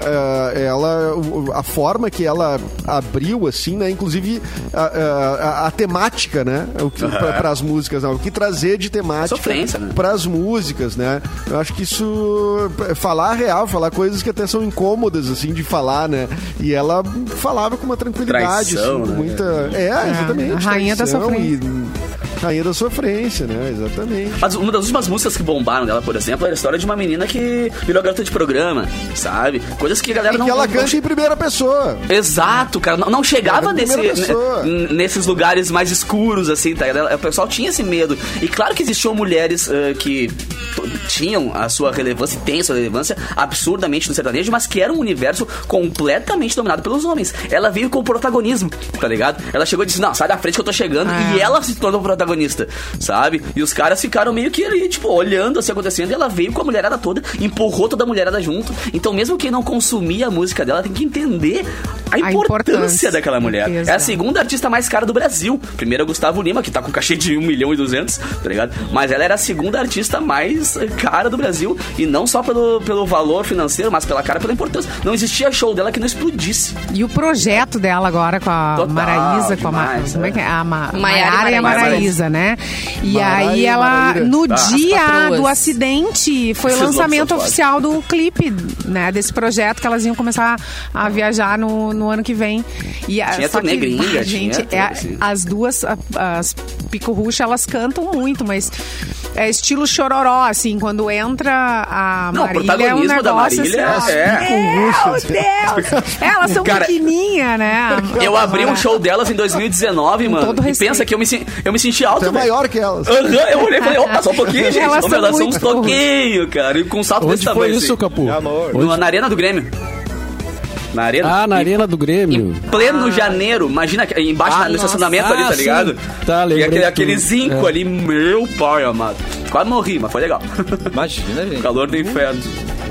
B: ela, o- a forma que ela abriu, assim, né? Inclusive, a, a- a- a temática, né? O que, para as músicas, né? O que trazer de temática
D: Sofrência, né?
B: para as músicas, né? Eu acho que isso... é, Falar real, falar coisas que até são incômodas, assim, de falar, né? E ela falava com uma tranquilidade,
D: Traição,
B: assim, com
D: né?
B: muita... É, exatamente.
F: a rainha da
B: traição
F: sofrência.
B: e- Rainha da sofrência, né? Exatamente.
D: Mas uma das últimas músicas que bombaram dela, por exemplo, era a história de uma menina que virou garota de programa, sabe? Coisas que a galera
B: E
D: não...
B: que ela
D: não-
B: canta em primeira pessoa.
D: Exato, cara. Não, não chegava
B: Era a
D: nesse, né,
B: primeira pessoa.
D: n- nesses lugares mais escuros, assim, tá? ligado? O pessoal tinha esse medo. E claro que existiam mulheres eh, que t- tinham a sua relevância, e têm a sua relevância absurdamente no sertanejo, mas que era um universo completamente dominado pelos homens. Ela veio com o protagonismo, tá ligado? Ela chegou e disse, não, sai da frente que eu tô chegando. E ela se tornou protagonista, sabe? E os caras ficaram meio que ali, tipo, olhando assim acontecendo. E ela veio com a mulherada toda, empurrou toda a mulherada junto. Então mesmo quem não consumia a música dela tem que entender a importância,
F: importância.
D: daquela mulher.
F: Exato.
D: É a segunda artista mais cara do Brasil. Primeiro é o Gustavo Lima, que tá com cachê de 1 milhão e 200, tá ligado? Mas ela era a segunda artista mais eh, cara do Brasil. E não só pelo, pelo valor financeiro, mas pela cara, pela importância. Não existia show dela que não explodisse.
F: E o projeto dela agora com a
D: Total,
F: Maraísa, com a, Ma-
D: demais, né?
F: como é que é? a Ma-
C: Maiara e
F: Maiara e a
C: Maraísa.
F: Maraísa, né? E
B: Maraíra
F: aí
B: e
F: ela,
B: Maraíra.
F: no
D: Tá.
C: As
F: dia
C: patroas.
F: do acidente, foi o
D: Esses nomes
F: lançamento
D: são foda.
F: oficial do clipe, né? Desse projeto que elas iam começar a viajar no, no ano que vem. E a-
D: Tinha
F: só
D: turnê
F: que,
D: gringa,
F: ah,
D: tinha
F: gente,
D: tudo,
F: é-
D: assim.
F: as duas, a- as Pico Ruxa, elas cantam muito, mas é estilo chororó, assim, quando entra a
D: Não,
F: Marília,
D: o
F: é um
D: protagonismo da
F: negócio
D: Marília
F: assim, ó,
D: é-
F: meu Deus! Elas são
D: Cara,
F: pequenininha, né?
D: Eu abri um show delas em 2019, mano.
F: todo
D: E
F: respeito.
D: pensa que eu me, sen- eu me senti alto,
B: Você é
D: velho.
B: maior que
D: (laughs)
B: elas.
D: Aham, eu olhei
F: (laughs)
D: e falei, opa, só um pouquinho, gente.
F: Elas
D: Ô,
F: são
D: meu, Elas são
F: é muito
D: uns pouquinho, cara. E com um salto
E: Onde
D: desse
E: foi
D: tamanho.
E: isso,
D: assim.
E: Capu?
A: amor.
E: Onde-
D: No- Na Arena do Grêmio. Na Arena?
E: Ah, na
D: E-
E: Arena do Grêmio.
D: Em pleno janeiro, imagina que- embaixo
E: Ah,
D: na- no
E: nossa.
D: estacionamento ali,
E: Ah,
D: tá
E: sim.
D: ligado?
E: Tá,
D: e
E: lembrei
D: aquele,
E: de
D: aquele
E: tudo.
D: zinco
E: É.
D: ali, meu pai amado. Quase morri, mas foi legal.
A: Imagina, gente.
D: Calor do inferno.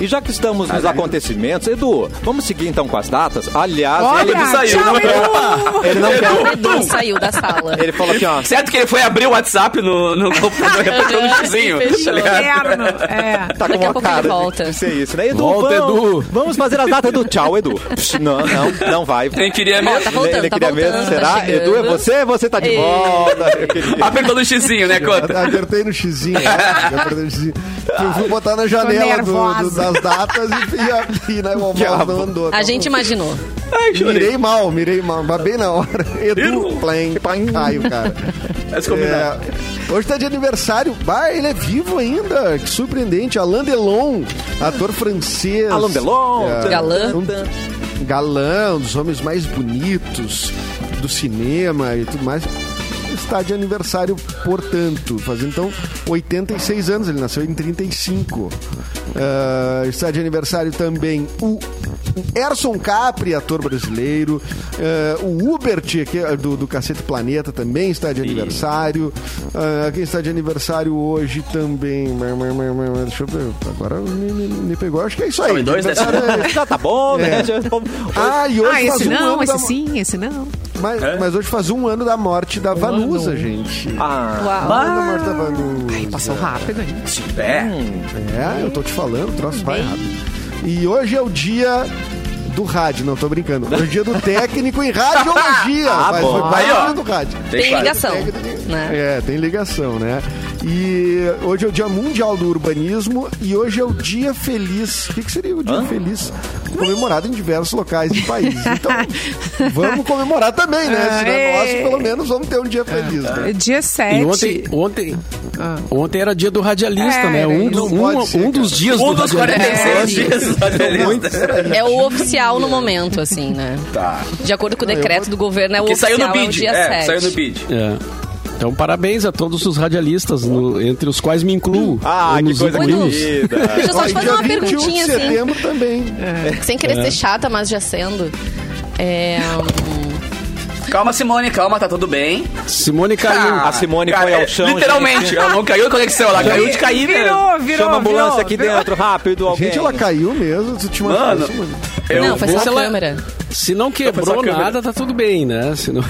A: E já que estamos nos acontecimentos, Edu, vamos seguir então com as datas. Aliás,
F: Olha,
A: ele,
D: Edu saiu,
F: tchau,
D: não-
F: Edu!
A: ele não quer.
C: O Edu saiu da sala.
A: Ele falou aqui, ó.
D: Certo que ele foi abrir o WhatsApp no, no computador e apertou no xizinho.
C: Fechou.
D: tá ligado?
F: Inferno, é.
A: Tá com
C: Daqui a
A: uma
C: pouco
A: cara
C: ele
A: de-
C: volta.
A: de ser isso, né? Edu,
E: Volta,
A: vamos,
E: Edu.
A: vamos fazer as datas do tchau, Edu. Psh, Não, não, não vai.
D: Quem queria
C: Ó,
D: mesmo?
C: tá voltando,
A: ele
C: tá
A: queria
C: voltando.
A: mesmo,
C: tá
A: será?
C: chegando.
A: Edu, é você? Você tá de
C: Ei.
A: volta. Eu queria-
D: Apertou no xizinho, né, Conta?
B: Apertei no xizinho. né? Apertei no xizinho. Eu fui botar na janela do- do-
F: nervosa.
B: da as datas e, e, e né, o Alvarado não andou.
C: A gente imaginou.
D: Ai, chorei.
B: Mirei mal, mirei mal, mas bem na hora. (laughs) Edu,
D: Edu.
B: Plain, Caio, cara.
D: Mas combinado.
B: É, hoje tá de aniversário. Bah, ele é vivo ainda. Que surpreendente. Alain Delon, ator francês.
A: Alain Delon.
B: É,
C: Galã.
B: Um, galã, um dos homens mais bonitos do cinema e tudo mais. Está de aniversário, portanto, fazendo então 86 anos, ele nasceu em 35. Ah, está de aniversário também o Erson Capri, ator brasileiro, Ah, o Hubert que é do, do Cacete Planeta também está de aniversário. Ah, quem está de aniversário hoje também. Deixa eu ver, agora me, me- me pegou, acho que é isso aí.
D: São dois, né?
B: Aniversário é-
A: Já tá bom, né?
B: É.
A: Já-
B: Ah, e hoje
F: Ah,
B: faz
F: esse
B: um ano
F: não,
B: da-
F: esse sim, esse não.
B: Mas,
D: É?
B: mas hoje faz um ano da morte da Vanusa, gente.
A: Ah,
B: Um
C: Uau.
B: ano da morte da Vanusa.
F: Ai, passou rápido, hein?
D: É.
B: É, eu tô te falando, o troço vai rápido. E hoje é o dia do rádio, não tô brincando. Hoje é o dia do técnico em radiologia.
A: Ah,
B: mas
A: bom.
B: foi mais
D: Aí, ó.
B: o dia do rádio.
D: Tem
C: Tem
D: quase.
C: ligação. Né?
B: É, tem ligação, né? E hoje é o Dia Mundial do Urbanismo e hoje é o Dia Feliz. O que, que seria o Dia Feliz? Comemorado em diversos locais do país. Então,
C: (laughs)
B: vamos comemorar também, né?
C: Ah,
B: Se não é nosso, pelo menos vamos ter um dia feliz.
C: É, tá.
B: Né?
F: Dia
E: E
F: 7.
E: ontem, ontem,
C: Ah.
E: ontem era dia do radialista,
F: É,
E: né?
F: era
E: Um,
F: isso.
E: do-
B: Não
E: um,
B: pode ser,
E: um dos dias
D: Um
E: do
D: dos
E: radialista.
D: 46
E: hoje.
D: dias. olha a lista.
C: É o oficial no momento, assim, né?
D: Tá.
C: De acordo com o decreto do governo, é o
D: Que
C: oficial
D: saiu no
C: é o
D: bid.
C: dia
D: É,
C: 7.
D: saiu no bid.
E: É. Então, parabéns a todos os radialistas, no- entre os quais me incluo.
A: ah
E: Eu
A: que
E: nos
A: coisa
E: incluo.
A: querida.
C: Deixa eu só te
B: Ó, e
C: fazer
B: dia
C: uma
B: 21 de
C: perguntinha, assim.
B: setembro também.
C: Sem querer
D: É.
C: ser chata, mas já sendo. É, hum,
D: Calma, Simone, calma, tá tudo bem.
E: Simone caiu.
D: Ah.
A: a Simone foi ao chão,
D: Literalmente,
A: gente.
D: ela não caiu a conexão, ela caiu de cair, velho.
F: virou, virou,
C: um
A: Chama a ambulância
F: virou,
A: aqui
F: virou.
A: dentro, rápido, alguém.
B: Gente, ela caiu mesmo. Tu te machucou
D: Mano,
B: isso, mano.
D: eu
C: não, foi
E: vou-
C: só a
E: sei lá.
C: câmera.
E: Se não
D: Só
E: quebrou
D: pra câmera.
E: nada, tá tudo bem, né? Se não...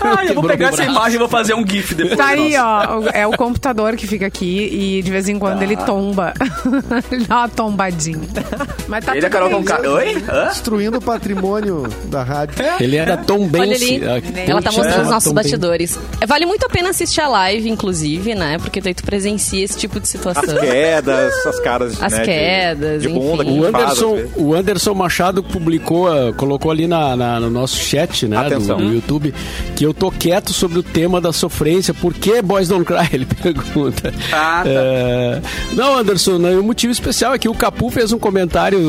D: Ah, eu vou
E: (laughs) Quebrou
D: pegar
E: o
D: essa
E: braço.
D: imagem e vou fazer um GIF depois.
F: Tá aí,
D: nossa.
F: ó. o- É o computador que fica aqui e de vez em quando ele tomba. (laughs) ele dá uma tombadinha. Mas tá
D: Ele é
F: tudo
D: Carol
F: bem.
D: Conká. Oi? Hã?
B: Destruindo o patrimônio da rádio.
C: É.
E: Ele era assim. Tom
C: Olha
E: Bense.
C: ali,
E: a-
C: ela tá
E: Tom
C: mostrando
E: Bense.
C: os nossos
E: Tom Bense.
C: bastidores. É, Vale muito a pena assistir a live, inclusive, né? Porque daí tu presencia esse tipo de situação.
D: é
A: Quedas, essas caras
C: As
A: né, de-
C: quedas,
A: de, bunda
E: O
C: enfim.
A: que a gente faz, às
E: Anderson,
A: vezes.
E: o Anderson Machado publicou, ah, colocou ali na, na- no nosso chat, né, do,
A: Atenção.
E: do YouTube, que eu tô quieto sobre o tema da sofrência. Por que Boys Don't Cry? (laughs) Ele pergunta.
D: Ah, tá.
E: É, não, Anderson, não, e o motivo especial é que o Capu fez um comentário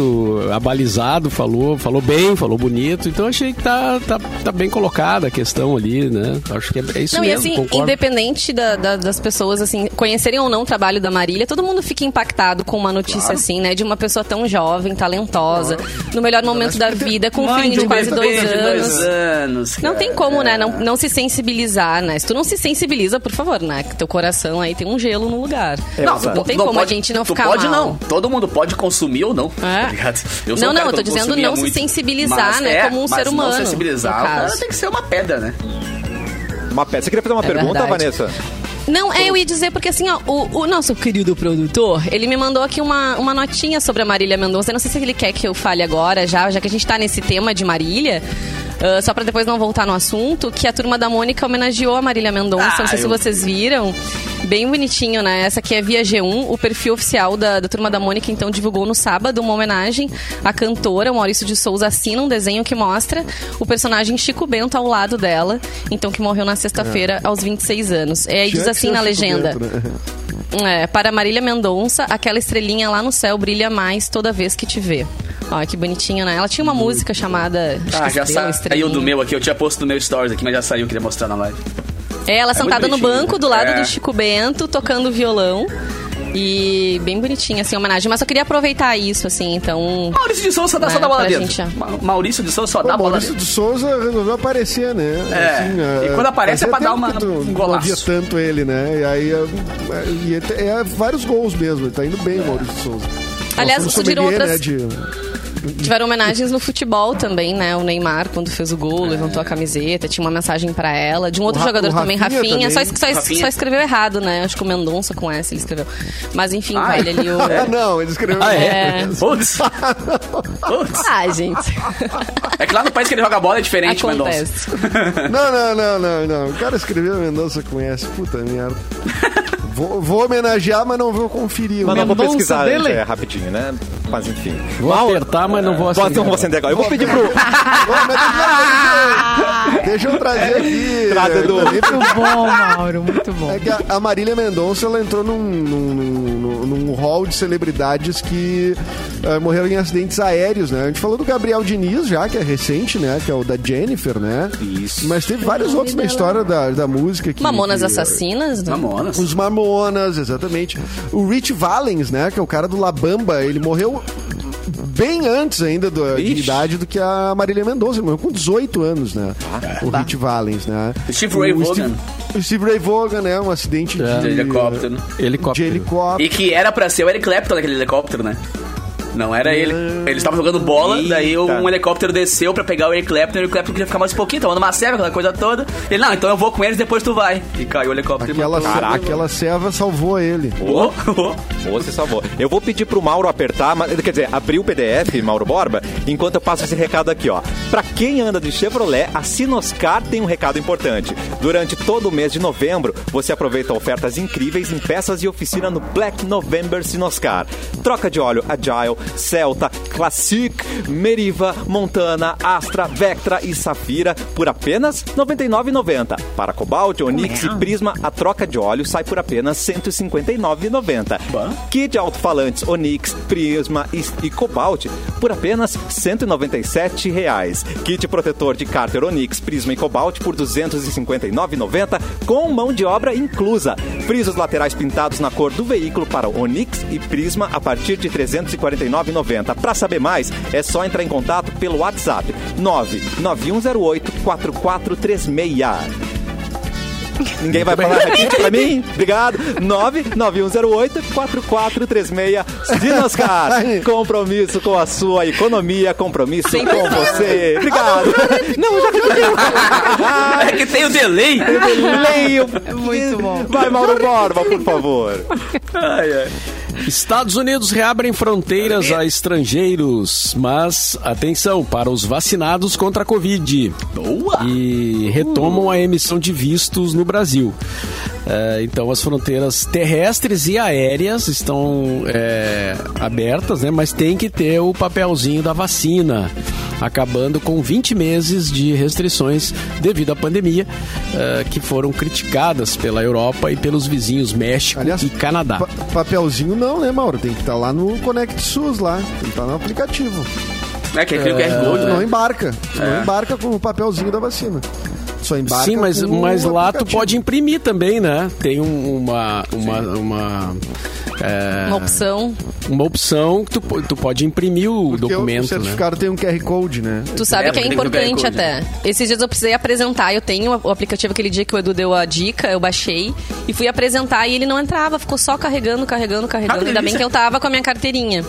E: abalizado, falou, falou bem, falou bonito. Então achei que tá, tá, tá bem colocada a questão ali, né? Acho que é, é isso
C: Não,
E: mesmo.
C: e assim,
E: concordo.
C: independente da- da- das pessoas, assim, conhecerem ou não o trabalho da Marília, todo mundo fica impactado com uma notícia assim, né? De uma pessoa tão jovem, talentosa, no melhor momento da vida, com um
D: Mãe
C: filho de quase dois
D: bebê de dois
C: anos.
D: anos,
C: Não
D: cara.
C: tem como,
D: É.
C: né? Não, não se sensibilizar, né? Se tu não se sensibiliza, por favor, né? Que teu coração aí tem um gelo no lugar. não,
D: tu
C: não
D: po-
C: tem
D: É, não
C: como
D: pode-
C: a gente não
D: tu
C: ficar
D: pode
C: mal.
D: não. Todo mundo pode consumir ou não.
C: É.
D: Tá ligado? sou
C: Não,
D: um cara
C: não, eu tô
D: que
C: dizendo
D: consumia
C: não se
D: muito,
C: sensibilizar,
D: mas-
C: né,
D: é,
C: como um
D: mas
C: ser humano,
D: Não sensibilizar,
C: no
D: o cara
C: caso.
D: tem que ser uma pedra, né?
A: Uma peça. Você queria fazer uma
C: É
A: pergunta,
C: verdade.
A: Vanessa?
C: Não, é, eu ia dizer porque assim, ó, o, o nosso querido produtor, ele me mandou aqui uma, uma notinha sobre a Marília Mendonça. Eu não sei se ele quer que eu fale agora, já, já que a gente tá nesse tema de Marília. ah, só pra depois não voltar no assunto, que a turma da Mônica homenageou a Marília Mendonça.
D: Ah,
C: não sei se
D: eu-
C: vocês viram. Bem bonitinho, né? Essa aqui é via G1, o perfil oficial da, da turma da Mônica, então divulgou no sábado uma homenagem à cantora. O Maurício de Souza assina um desenho que mostra o personagem Chico Bento ao lado dela, então que morreu na sexta-feira aos 26 anos. É, e diz
B: Tinha que ser
C: assim na
B: Chico
C: legenda:
B: Bento, né?
C: é, Para Marília Mendonça, aquela estrelinha lá no céu brilha mais toda vez que te vê. Ó, que bonitinho, né? Ela tinha uma música chamada. acho
D: Ah,
C: que
D: já
C: Estrela,
D: sa-
C: Estrelinha.
D: saiu do meu aqui, eu tinha posto no meu stories aqui, mas já saiu, queria mostrar na live.
C: É, ela sentada no
D: muito bonitinho,
C: banco do lado
D: é.
C: do Chico Bento, tocando violão. E bem bonitinha, assim, a homenagem. Mas eu queria aproveitar isso, assim, então.
D: Maurício de Souza só dá,
C: Né,
D: só dá bola
C: pra
D: dentro.
C: gente, ó.
D: Ma- Maurício de Souza só dá
B: O
D: bola
B: Maurício
D: dentro.
B: de Souza resolveu aparecer, né?
D: É. E quando aparece é pra
B: fazia
D: dar uma-
B: tempo que tu
D: um
B: Não
D: golaço.
B: via tanto ele, né? E aí é, e ele te- é, vários gols mesmo. Ele tá indo bem, o Maurício de Souza.
C: Aliás,
B: Nós somos
C: surgiram
B: sommelier,
C: outras-
B: Né, de-
C: Tiveram homenagens no futebol também, né? O Neymar, quando fez o
D: É.
C: gol, levantou a camiseta, tinha uma mensagem pra ela. De um outro
B: Ra-
C: jogador
B: o
C: também,
B: Rafinha
C: Rafinha. Só,
B: também.
C: es- só es-
D: Rafinha.
C: só escreveu errado, né? Acho que o Mendonça com S ele escreveu. Mas enfim,
D: Ai. É, né?
C: vale
D: (laughs)
C: ali o.
B: Ah, (laughs) não, ele escreveu.
E: Ah, é?
C: É.
D: Putz. Putz.
C: Ah, gente.
D: É que lá no país que ele joga bola é diferente, Mendonça.
C: Acontece.
B: Não, não, não, não, não. O cara escreveu Mendonça conhece. Puta
D: (laughs)
B: merda. Vou, vou homenagear, mas não vou conferir.
A: Mas não vou
C: Mendonça
A: pesquisar,
C: dele?
A: gente, é rapidinho, né? Mas enfim.
E: Vou apertar, mas não vou
A: Bota- um
E: acender.
A: não vou acender agora. Eu vou pedir pro.
B: Ô, mas deixa,
D: (laughs)
B: eu- deixa eu trazer aqui. né?
A: Traz, Edu.
B: também pro-
F: Muito bom, Mauro, muito bom.
B: É que a- a Marília Mendonça ela entrou num, num, num- num hall de celebridades que eh, morreram em acidentes aéreos, né? A gente falou do Gabriel Diniz já, que é recente, né? Que é o da Jennifer, né?
A: Isso.
B: Mas teve vários outros na história da, da música. Que,
C: Mamonas
B: que-
C: assassinas, né?
D: Mamonas.
B: Os Mamonas, exatamente. O Rich Valens, né? Que é o cara do Labamba, ele morreu bem antes ainda do, de
A: Ixi.
B: idade do que a Marília Mendonça. Ele morreu com 18 anos, né? O Rich Valens, né?
D: Ah, tá. Steve Ray
B: O
D: Vaughan.
B: Steve- O Steve Ray Vaughan, né? Um acidente de...
D: De helicóptero.
B: De
E: É. Helicóptero.
B: helicóptero.
D: E que era pra ser o Eric Clapton naquele helicóptero, né? Não era ele. Eles estavam jogando bola,
A: Eita.
D: daí um helicóptero desceu pra pegar o Eric Clapton, e o Eric Clapton queria ficar mais um pouquinho, tomando uma serva, aquela coisa toda. Ele, não, então eu vou com eles, depois tu vai. E caiu o helicóptero e
B: Aquela,
D: matou.
B: ceva, aquela serva salvou ele.
D: Oh, oh.
A: Você salvou. Eu vou pedir pro Mauro apertar, mas- quer dizer, abrir o PDF, Mauro Borba, enquanto eu passo esse recado aqui, ó. Pra quem anda de Chevrolet, a Sinoscar tem um recado importante. Durante todo o mês de novembro, você aproveita ofertas incríveis em peças e oficina no Black November Sinoscar. Troca de óleo Agile, Celta, Classic, Meriva, Montana, Astra, Vectra e Safira por apenas R$ 99,90. Para Cobalt, Onix e Prisma, a troca de óleo sai por apenas R$ 159,90. Kit alto-falantes Onix, Prisma e, e Cobalt por apenas R$ 197,00. Kit protetor de cárter Onix, Prisma e Cobalt por R$ 259,90 com mão de obra inclusa. Frisos laterais pintados na cor do veículo para Onix e Prisma a partir de R$ 349,90. Para saber mais, é só entrar em contato pelo WhatsApp 991084436. Ninguém vai falar repite pra mim? Obrigado. 99108-4436. Sinoscar. Compromisso com a sua economia, compromisso com você. Obrigado. Não, já
D: É que tem o delay.
A: leio.
D: É
F: Muito bom.
A: Vai, Mauro Borba, por favor.
D: Ai, ai.
E: Estados Unidos reabrem fronteiras a estrangeiros, mas atenção para os vacinados contra a Covid.
D: Boa.
E: E retomam a emissão de vistos no Brasil. É, então as fronteiras terrestres e aéreas estão é, abertas, né? Mas tem que ter o papelzinho da vacina, acabando com 20 meses de restrições devido à pandemia, é, que foram criticadas pela Europa e pelos vizinhos México e Canadá.
B: pa- papelzinho não, né, Mauro? Tem que estar lá no Connect SUS lá. Tem que estar no aplicativo.
D: É que aquele QR Code,
B: Não
D: né?
B: embarca. Não embarca com o papelzinho da vacina. Só embarca
E: É. Sim, mas,
B: com
E: mas
B: o
E: lá tu
B: aplicativo.
E: pode imprimir também, né? Tem um- uma. uma, uma é,
D: Ah.
C: Uma opção.
E: uma opção que tu, po- tu pode imprimir o
B: Porque
E: documento,
B: O
E: né?
B: certificado tem um QR Code, né?
C: Tu sabe
D: É,
C: que é
D: tem que jogar
C: importante
D: Code, né?
C: até. Esses dias eu precisei apresentar. Eu tenho o aplicativo aquele dia que o Edu deu a dica, eu baixei e fui apresentar e ele não entrava, ficou só carregando, carregando, carregando. Ainda bem
D: Ah, delícia.
C: que eu tava com a minha carteirinha.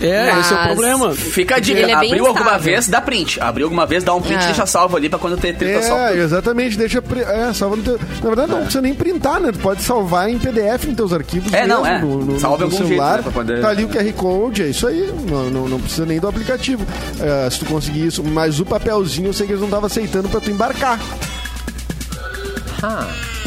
E: É, esse é o
C: Mas-
E: problema.
D: Fica a dica,
C: Ele é bem
D: abriu alguma
C: instável.
D: vez, dá print. Abriu alguma vez, dá um print,
C: É.
D: deixa salvo ali pra quando ter treta
B: É,
D: salvo.
B: exatamente, deixa. pri- É, salva no teu... Na verdade, não precisa nem printar, né? Tu pode salvar em PDF em teus arquivos.
D: É, não,
B: mesmo,
D: é.
B: No, no,
D: Salva
B: no
D: algum
B: celular.
D: jeito, né, pra poder-
B: Tá ali o QR Code, é isso aí. Não, não, não precisa nem do aplicativo. É, se tu conseguir isso. Mas o papelzinho eu sei que eles não estavam aceitando pra tu embarcar.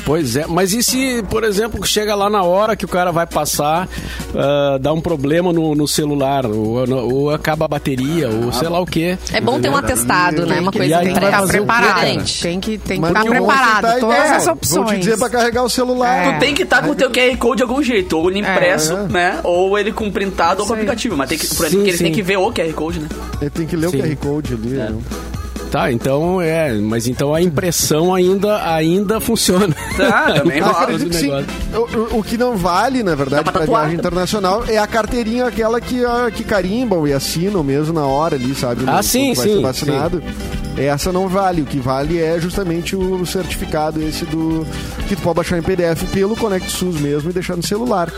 E: Pois é, mas e se, por exemplo, chega lá na hora que o cara vai passar, ah, dá um problema no, no celular, ou, ou acaba a bateria,
B: Ah,
E: ou sei lá o quê.
C: É bom ter um atestado, né? Uma
E: que-
C: coisa
E: e aí
F: tem que
E: vai
F: estar
E: fazer
B: um
E: o quê,
B: né?
F: preparado.
E: cara?
C: diferente.
F: Tem que estar tem que
B: Mas
F: tá
B: não vão aceitar
F: preparado. Todas
B: ideia.
F: as opções.
B: Vão é, te dizer pra carregar o celular.
F: É.
D: Tu tem que estar com o teu QR Code de algum jeito, ou ele impresso,
B: É.
D: né? Ou ele com printado ou com
F: Sim.
D: aplicativo. Mas tem que, por
E: Sim,
D: que ele
E: sim.
D: tem que ver o QR Code, né?
B: Ele tem que ler
E: Sim.
B: o QR Code ali.
D: É.
B: né?
E: Tá, então é, mas então a impressão ainda, ainda funciona.
D: Tá,
E: (laughs)
D: também
B: Eu
E: Mas-
D: rola.
B: acredito que sim.
E: negócio.
B: O, o- o que não vale, na verdade,
D: Dá pra
B: pra
D: tatuar.
B: viagem internacional é a carteirinha aquela que, ah, que carimbam e assinam mesmo na hora ali, sabe?
E: Ah,
B: No-
E: sim,
B: quando vai
E: sim,
B: ser vacinado. Essa não vale. O que vale é justamente o certificado esse do que tu pode baixar em PDF pelo Conect SUS mesmo e deixar no celular.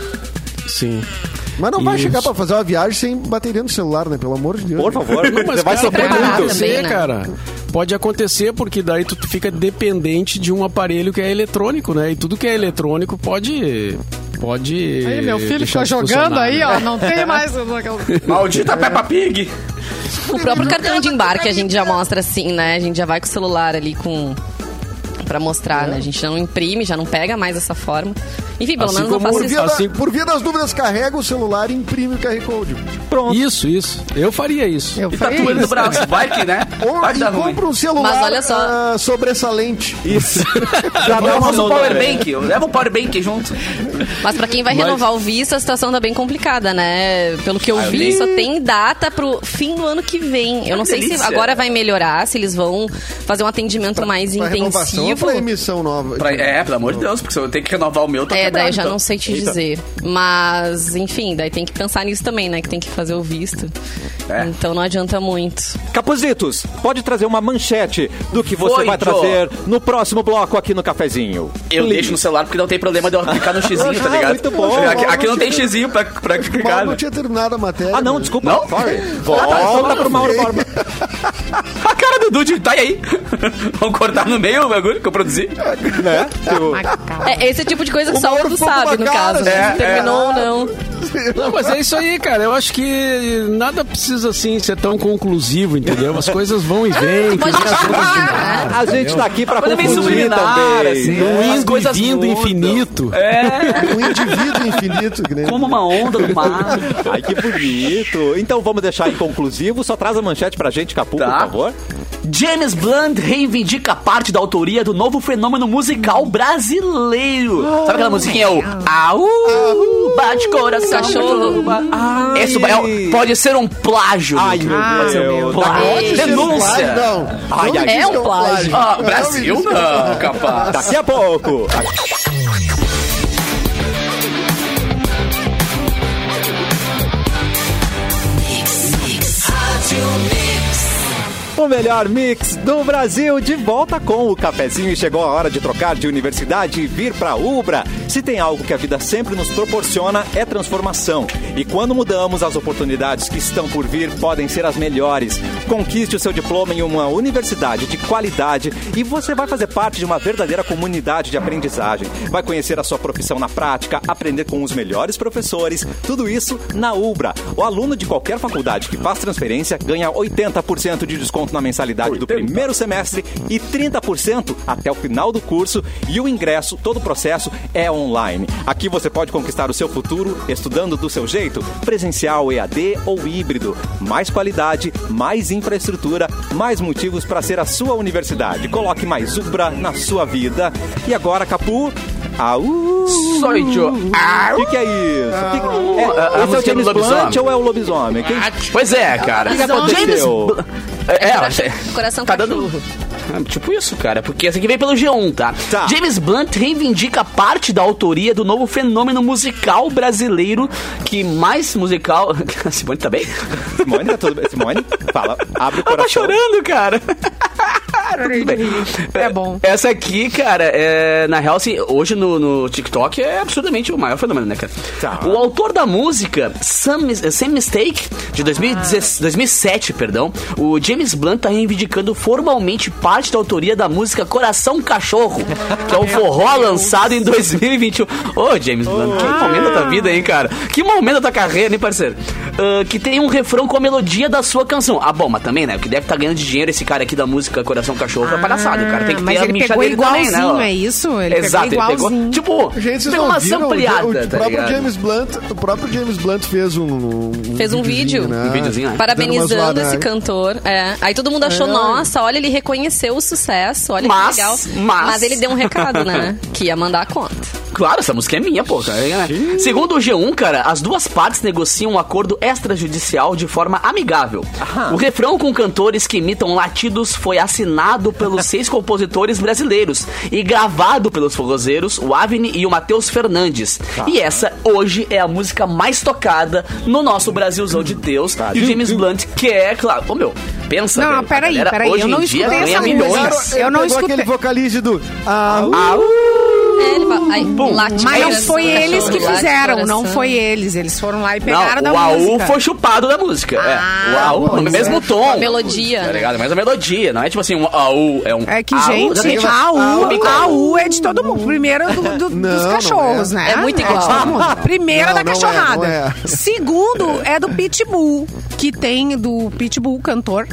E: Sim.
B: Mas não vai
E: Isso.
B: chegar pra fazer uma viagem sem bateria no celular, né? Pelo amor de Deus.
A: Por favor,
E: Não,
A: você vai
E: cara,
A: sofrer
E: pode
C: preparado
A: muito.
E: acontecer,
C: também, né?
E: cara. Pode acontecer porque daí tu fica dependente de um aparelho que é eletrônico, né? E tudo que é eletrônico pode pode
F: Aí, meu filho
E: deixar
F: ficou
E: de
F: jogando
E: funcionar,
F: aí,
E: né?
F: ó. Não tem mais.
D: (laughs) Tá Maldita Peppa Pig!
C: O próprio cartão de embarque a gente já mostra assim, né? A gente já vai com o celular ali com pra mostrar, né? A gente não imprime, já não pega mais essa forma. Enfim, pelo
E: Assim
C: menos eu
E: como
C: faço
B: Por
E: Vocês-
B: via,
C: isso.
B: da-
E: assim-
B: por via das dúvidas, carrega o celular e imprime o QR Code.
A: Pronto.
E: Isso, isso. Eu faria isso.
F: Eu
D: E
F: falei
D: tatua ele no
F: isso.
D: braço. Vai que, né?
B: Ou
D: Vai que dá
B: e
D: ruim.
B: compra um celular
C: Mas olha só.
B: ah, sobressalente. (laughs)
A: Isso. Já dá
D: Eu
A: uma
D: faço um
A: nota, né?
D: powerbank. Leva o powerbank junto.
C: Mas pra quem vai
E: Mas-
C: renovar o visto, a situação tá bem complicada, né? Pelo
E: Ah,
C: que eu vi,
D: nem-
C: só tem data pro fim do ano que vem. Eu não
E: Ah,
D: Que
C: sei se
D: delícia.
C: agora vai melhorar, se eles vão fazer um atendimento mais
B: Pra renovação ou
C: intensivo.
B: pra emissão nova?
D: Pra- é, pelo amor de Deus, porque se eu tenho que renovar o meu, tá
C: É, daí eu já
D: então.
C: não sei te
A: Eita.
C: dizer. Mas, enfim, daí tem que pensar nisso também, né? Que tem que fazer o visto.
D: É.
C: Então não adianta muito.
A: Capuzitos, pode trazer uma manchete do que você
D: Foi,
A: vai
D: Jô.
A: trazer no próximo bloco aqui no cafezinho.
D: Eu
A: Please.
D: deixo no celular porque não tem problema de eu
B: (laughs)
D: clicar no xizinho, tá
A: Ah,
D: ligado?
A: muito bom.
D: (laughs) Aqui, aqui não tem
B: Ótimo.
D: xizinho pra, pra
B: O Mauro
D: clicar.
B: não
D: né?
B: tinha terminado a matéria.
A: Ah, não, tá,
B: né?
A: desculpa.
D: Não?
A: Sorry. Volta pro Mauro Borba.
D: A cara do Dude, tá e aí? (laughs) Vamos cortar no meio o bagulho que eu produzi?
B: É.
A: né? Tipo,
F: Macabro.
C: É esse tipo de coisa que
B: O
C: só
B: Mauro
C: tu
B: ficou com
C: sabe,
B: uma
C: no
B: cara,
C: caso. né?
B: assim,
C: Se terminou ou não.
E: Não, mas é isso aí, cara. Eu acho que nada precisa assim ser tão conclusivo, entendeu? As coisas vão e vêm.
C: Pode continuar. né?
A: a gente tá aqui pra
D: Coisa meio
A: confundir
D: subliminar,
A: também.
D: assim.
E: No
D: É, as
E: indo e
D: coisas
E: vindo
D: mudam.
E: infinito.
B: Um indivíduo infinito. Que nem...
D: Como uma onda no mar.
A: Ai, que bonito. Então vamos deixar inconclusivo. Só traz a manchete pra gente, Capu, por
D: Tá.
A: favor.
D: James Blunt reivindica parte da autoria do novo fenômeno musical brasileiro. Sabe aquela musiquinha? O Au, bate coração.
C: Cachorro.
D: Ai. Esse ba- é um- pode ser um plágio.
A: Ai, meu
F: Ah,
A: Deus.
F: meu
A: Tá
D: Deus.
A: bom.
B: Pode ser um
D: denúncia.
B: plágio, Não.
A: Ai,
B: Não
A: ai,
B: me diz
C: é
B: que
C: um plágio.
D: Ah,
B: Não me
D: Brasil
B: diz que é um
D: não,
B: plágio.
D: capaz.
A: Daqui a pouco. O melhor mix do Brasil de volta com o cafezinho e chegou a hora de trocar de universidade e vir pra Ubra. Se tem algo que a vida sempre nos proporciona é transformação. E quando mudamos, as oportunidades que estão por vir podem ser as melhores. Conquiste o seu diploma em uma universidade de qualidade e você vai fazer parte de uma verdadeira comunidade de aprendizagem. Vai conhecer a sua profissão na prática, aprender com os melhores professores, tudo isso na Ubra. O aluno de qualquer faculdade que faz transferência ganha 80% de desconto na mensalidade do primeiro semestre e 30% até o final do curso e o ingresso, todo o processo é online. Aqui você pode conquistar o seu futuro estudando do seu jeito, presencial, EAD ou híbrido. Mais qualidade, mais infraestrutura, mais motivos para ser a sua universidade. Coloque mais Ubra na sua vida. E agora, Capu, au!
D: Só idiota.
A: O que, que é isso? Que que-
D: Ah. a- a
A: é, esse é o
D: música do
A: James Blunt
D: lobisomem.
A: ou é o lobisomem? Quem-
D: Pois é, cara.
A: O que aconteceu?
D: James Bl- É, é,
C: Coração
D: tá
C: cachorro.
D: dando Ah, Tipo isso, cara, porque essa aqui veio pelo G1, tá?
A: Tá.
D: James Blunt reivindica parte da autoria do novo fenômeno musical brasileiro que mais musical. (laughs) A Simone tá bem?
A: Simone, tá tudo bem? Simone, fala, abre o
D: Ela
A: coração.
D: tá chorando, cara. Tudo bem.
F: É bom.
D: Essa aqui, cara, é, na real, assim, hoje no, no TikTok é absurdamente o maior fenômeno, né, cara?
A: Tá.
D: O autor da música, Some, Mis- eh, Same Mistake, de
F: Ah.
D: 2017, 2007, perdão, o James Blunt tá reivindicando formalmente parte da autoria da música Coração Cachorro, que é o forró lançado em 2021. Ô, James Blunt, que
F: Ah.
D: momento da tua vida, hein, cara? Que momento da tua carreira, hein, parceiro? Ah, que tem um refrão com a melodia da sua canção. Ah, bom, mas também, né, o que deve estar ganhando de dinheiro esse cara aqui da música Coração Cachorro é palhaçada, o cara tem que
F: Ah, mas
D: ter a
F: ele
D: micha
F: pegou
D: dele também,
F: igualzinho,
D: né? ó.
F: é isso? Ele
D: Exato,
F: pegou
D: ele pegou.
F: igualzinho.
D: Tipo,
B: Gente, vocês
D: pegou
B: não
D: uma
B: viram?
D: ampliada,
B: o, o
D: tá
B: próprio
D: ligado?
B: James Blunt, o próprio James Blunt fez um, um
C: Fez um
B: videozinho,
C: vídeo.
B: né?
D: Um videozinho, né?
B: Dando umas
C: Parabenizando
B: zoadas,
C: esse
B: né?
C: cantor. É. Aí todo mundo achou, nossa, olha, ele reconheceu o sucesso, olha
D: Mas,
C: que legal.
D: mas-
C: ele deu um recado, né? que ia mandar a conta.
D: Claro, essa música é minha, pô. cara. Segundo o G1, cara, as duas partes negociam um acordo extrajudicial de forma amigável. O refrão com cantores que imitam latidos foi assinado pelos seis compositores brasileiros e gravado pelos forrozeiros, o Avni e o Matheus Fernandes. E essa, hoje, é a música mais tocada no nosso Brasilzão de Deus. E o James Blunt quer, claro. Ô, meu, pensa.
F: Não,
D: velho, a
F: peraí,
D: galera
F: peraí,
D: hoje
F: eu
D: em
F: não
D: dia
F: escutei
D: ganha
F: essa
D: milhões.
F: música.
B: Pegaram-
F: Eu não
B: pegou
F: escutei.
B: aquele vocalize do... Ah,
D: Ah,
C: É, ele fala, ai,
F: Mas
C: late
F: não
D: tipo,
C: coração,
F: foi eles que
C: late
F: fizeram, não
C: coração.
F: foi eles. Eles foram lá e pegaram da
D: Não, o AU
F: música. Ah,
D: foi chupado da música. é. O AU, no mesmo tom.
C: A melodia,
D: Tá
C: né?
D: ligado? Mas a melodia, não é tipo assim, um AU. É, um
F: É que,
D: AU, já tem-
F: gente, a U,
D: Ah,
F: a U é de todo mundo. Primeiro do- do-
B: Não,
F: dos
B: não
F: cachorros,
B: é.
F: né?
C: É muito
F: de
C: igual.
F: todo
D: Ah,
F: mundo. Primeiro
B: Não,
F: é da
B: não é,
F: cachorrada.
B: não é.
F: Segundo é do Pitbull, que tem do Pitbull, cantor.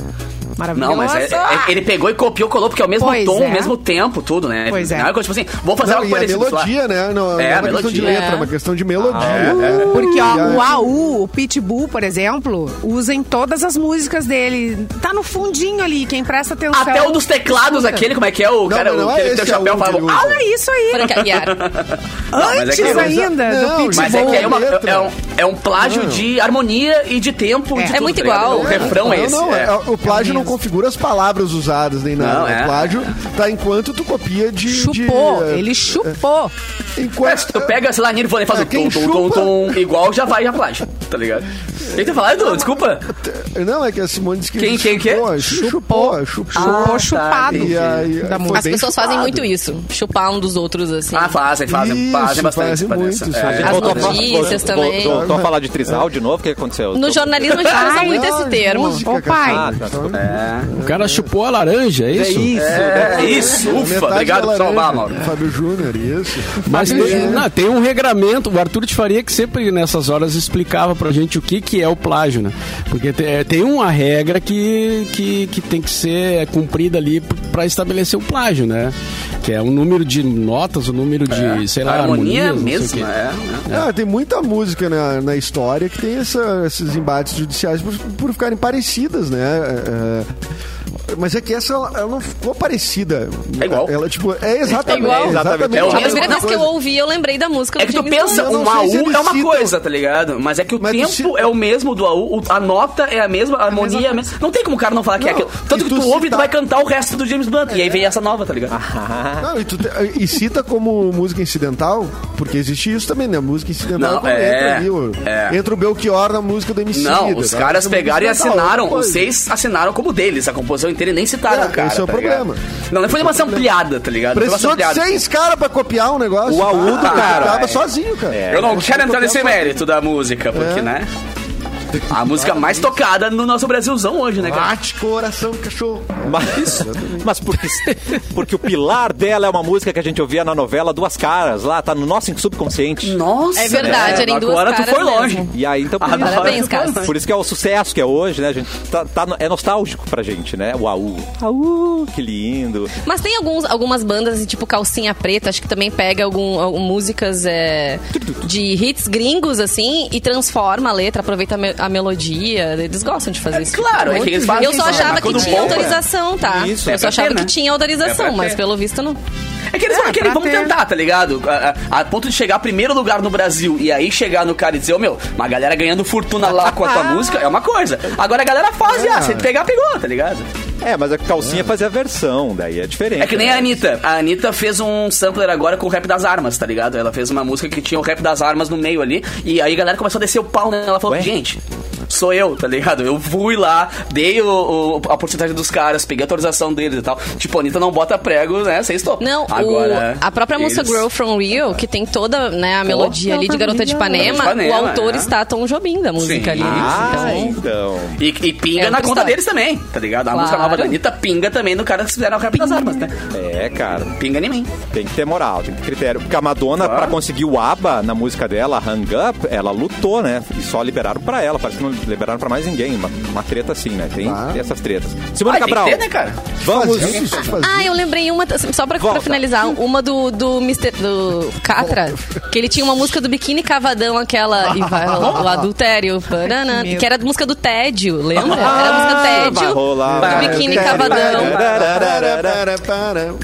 F: Maravilhoso.
D: Não, mas é- é- ele pegou e copiou, colou, porque é o mesmo
F: Pois
D: tom,
F: é.
D: o mesmo tempo, tudo, né?
F: Pois é.
D: Não coisa, tipo assim, vou fazer
B: Não,
D: algo
B: e a
D: parecido. sei lá.
B: melodia, né? Não,
D: É,
B: não é
D: a
B: uma questão de
D: melodia. Ah,
B: letra, é
C: É.
B: uma questão de melodia. é.
F: Porque,
B: E
F: ó,
B: aí-
F: o AU, o Pitbull, por exemplo, usa em todas as músicas dele. Tá no fundinho ali, quem presta atenção.
D: Até o dos teclados,
F: escuta.
D: aquele, como é que é? O
B: Não,
D: cara,
B: mas
D: o
B: não é
D: que ele tem o
B: esse
D: chapéu
B: aluno que ele usa.
D: fala. "Au!"
F: Olha isso aí!
C: Franca Iara.
D: mas é
F: Antes
D: que-
F: ainda
B: Não,
F: do Pitbull.
D: Mas é que é, uma- é-
B: letra.
D: é um, é um plágio de harmonia e de tempo.
F: É.
D: de
F: É
D: tudo,
C: muito
D: tá ligado?
C: igual.
D: O refrão é
B: não,
D: esse.
B: não,
D: é.
B: é- o plágio não
F: mesmo.
B: configura as palavras usadas nem nada.
D: Não, é.
B: O plágio tá enquanto tu copia de.
F: Chupou,
B: de,
F: ele chupou.
D: É,
B: Enquanto.
D: se tu pega, sei lá, nele e faz
B: Ah,
D: o
B: quem
D: tom, tom, tom,
B: chupa?
D: tom, igual, já vai, já plágio, tá ligado? O que tu ia falar, Edu? Desculpa.
B: Não, é que a Simone disse que.
D: Quem- quem- quem?
B: chupou, é, Chupou, chupou.
F: Chupou
D: tá,
F: chupado.
B: E aí,
F: da
B: foi
F: música.
C: As
B: bem
C: pessoas
B: chupado.
C: fazem muito isso. Chupar um dos outros, assim.
D: Ah, fazem, fazem,
B: Isso,
D: fazem bastante.
B: fazem
D: fazem
B: muito
D: essa-
B: isso
D: é,
B: aí.
D: é,
C: As
D: fazem
C: notícias
D: bastante.
C: também.
A: Voltou a falar de trisal de novo? O que aconteceu?
C: No jornalismo a gente fala
F: Ai,
C: muito esse
B: Ah,
C: termo.
B: música,
F: Ô, pai.
B: cacete.
A: Ah, tá,
B: Então,
E: O cara chupou a laranja, é
A: É
E: isso?
A: isso.
D: É, isso, ufa,
B: metade
D: obrigado
B: da
D: por
B: laranja.
D: salvar, Mauro.
B: Fábio Júnior, isso.
E: Mas
B: Fábio
E: tem,
B: Júnior.
E: não, tem um regramento, o Arthur de Faria que sempre nessas horas explicava pra gente o que, que é o plágio, né? Porque te- é, tem uma regra que, que, que tem que ser é cumprida ali p- pra estabelecer o plágio, né? Que é um número de notas, o número de, sei
D: A
E: lá,
D: harmonia é a
E: harmonias, não sei o quê.
D: mesma, é. é.
B: Ah, tem muita música na, na história que tem essa- esses embates judiciais por, por ficarem parecidas, né? É, é, mas é que essa ela, ela não ficou parecida.
D: É igual.
B: Ela, tipo, é
C: É
B: exatamente.
C: igual.
B: É
A: Exatamente.
B: exatamente.
D: É o
C: A
D: mesmo.
C: primeira vez que eu
B: coisa.
C: ouvi, eu lembrei da música
D: É
C: do
D: que tu
C: James
D: pensa,
C: Bond.
B: Eu não
D: um
B: sei
D: AU
B: se eles
D: é uma
B: citam-
D: coisa, tá ligado? Mas é que o
B: Mas tu
D: tempo
B: cita-
D: é o mesmo do AU, o- a nota é a mesma, a harmonia é a mesma. Não tem como o cara não falar que é
B: Não,
D: aquilo. Tanto
B: e
D: que
B: tu
D: tu ouve e tu
B: citar-
D: vai cantar o resto do James Blunt. E aí vem essa nova, tá ligado?
B: Não, e, tu te- e cita como música incidental, porque existe isso também, né? Música incidental
D: Não,
B: quando entra
D: é,
B: ali. o-
D: é.
B: Entra o Belchior na música do MC.
D: Não, os
B: é
D: caras pegaram e assinaram. Os seis assinaram como deles, a composição inteira e nem citaram
B: É,
D: o cara.
B: esse é o
D: tá
B: problema. é
D: ligado? Não, nem foi uma ampliada, tá ligado? Foi uma
B: Precisou de
D: ampliada.
B: seis caras pra copiar um negócio.
A: O AU do
B: Ah,
A: cara.
B: Tava sozinho, cara.
D: É. Eu não quero entrar nesse
B: sozinho.
D: mérito da música,
B: É.
D: porque, né? A música mais tocada no nosso Brasilzão hoje, né, cara?
B: Bate coração, cachorro.
A: Mas, mas porque, porque o pilar dela é uma música que a gente ouvia na novela Duas Caras, lá, tá no nosso subconsciente.
D: Nossa!
C: É verdade,
D: né?
C: era em duas
D: Agora tu
C: caras
D: foi
C: mesmo.
D: longe.
A: E aí, então, por,
D: Agora
A: isso,
C: Ah, Parabéns,
D: tu foi
C: Cássio.
D: longe.
A: por isso que é o sucesso que é hoje, né? A gente tá, tá no- é nostálgico pra gente, né? O AU. AU, que lindo.
C: Mas tem alguns, algumas bandas, assim, tipo Calcinha Preta, acho que também pega algum, algum- músicas é, de hits gringos, assim, e transforma a letra, aproveita a, me- a melodia. Eles gostam de fazer isso.
D: claro, é que eles fazem
C: Eu só
D: isso, né?
C: achava
D: Mas
C: que
D: quando
C: tinha
D: bomba,
C: autorização, tá?
A: Isso,
D: é
C: Eu só
D: pra
C: achava
D: ter, né?
C: que tinha
D: É
C: autorização,
D: pra
C: mas
D: ter.
C: pelo visto não.
D: É que eles
B: Ah,
D: vão querer,
F: pra
D: vamos
F: ter.
D: tentar, tá ligado? A, a- a ponto de chegar primeiro lugar no Brasil e aí chegar no cara e dizer, ô meu, uma galera ganhando fortuna lá com
B: (laughs)
D: a tua música é uma coisa. Agora a galera faz
B: É.
D: e ah, se pegar, pegou, tá ligado?
A: É, mas a calcinha fazia a versão, daí é diferente.
D: É que nem a
A: né?
D: Anitta. A Anitta fez um sampler agora com o rap das armas, tá ligado? Ela fez uma música que tinha o rap das armas no meio ali. E aí a galera começou a descer o pau nela. Ela falou,
A: Ué?
D: gente, sou eu, tá ligado? Eu fui lá, dei o- o- a porcentagem dos caras, peguei a autorização deles e tal. Tipo, a Anitta não bota prego, né? Sem stop.
C: Não, o-
D: agora.
C: a própria música
D: eles-
C: Grow From Rio, que tem toda né, a melodia ali de Garota de Ipanema,
D: Garota de Ipanema,
C: o autor
D: é.
C: está Tom Jobim da música
D: Sim.
C: ali.
A: Ah,
C: então,
A: então.
D: E, e pinga
C: É
D: na
C: outra
D: conta
C: história.
D: deles também, tá ligado? A
C: Claro.
D: música nova da Anitta pinga também no cara que fizeram o rap das armas, né?
A: É, cara.
D: Pinga em mim.
A: Tem que ter moral, tem que ter critério. Porque a Madonna,
D: Claro.
A: pra conseguir o ABBA na música dela, Hang Up, ela lutou, né? E só liberaram pra ela. Parece que não liberaram pra mais ninguém. Uma, uma treta assim, né? Tem, tem essas tretas. Simone
D: Ah, tem que
A: Cabral.
D: ter, né, cara?
A: Vamos.
B: Fazia isso, fazia.
C: Ah, eu lembrei uma, t- só pra, pra
A: Volta.
C: finalizar, uma do, do Mr. do Catra, que ele tinha uma música do Biquíni Cavadão, aquela, e vai
D: (laughs)
C: rolar o adultério, parana,
F: Meu.
C: que era a música do Tédio, lembra? É, Era a música
A: Ah, vai
C: Tédio,
A: rolar.
C: do Biquíni Cavadão.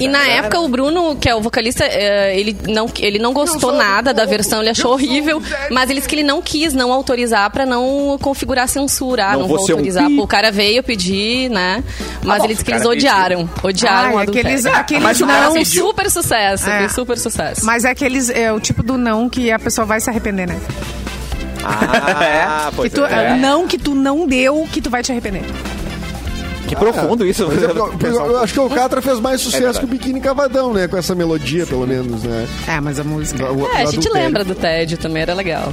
C: E na época o Bruno, que é o vocalista, eh, ele não, ele não gostou nada da versão, ele achou horrível, mas ele disse que ele não quis não autorizar pra não configurar a censura, ah,
A: Não
C: não,
A: vou
C: vou,
A: ser um
C: autorizar.
A: pi.
C: Pô, o cara veio pedir, né? Mas
D: bom,
C: ele disse que
D: o
C: eles
D: cara pediu.
C: odiaram, odiaram o
F: Ai,
C: adultério.
F: aqueles, aqueles
D: mas o cara
F: não.
C: Foi
D: pediu.
C: super sucesso,
F: É.
C: foi super sucesso.
F: Mas é aqueles. É o tipo do não que a pessoa vai se arrepender, né?
A: Ah,
F: Que
A: pois
F: tu,
A: é.
F: Não que tu não deu, que tu vai te arrepender.
A: Que profundo isso.
B: Mas
A: (laughs)
B: é porque Eu, eu acho que o Catra fez mais
D: É
B: sucesso
A: verdade.
B: que o Biquíni Cavadão, né? Com essa melodia, pelo menos, né?
F: É, mas a música.
B: O-
C: É, a gente
B: adultério.
C: lembra do tédio também, era legal.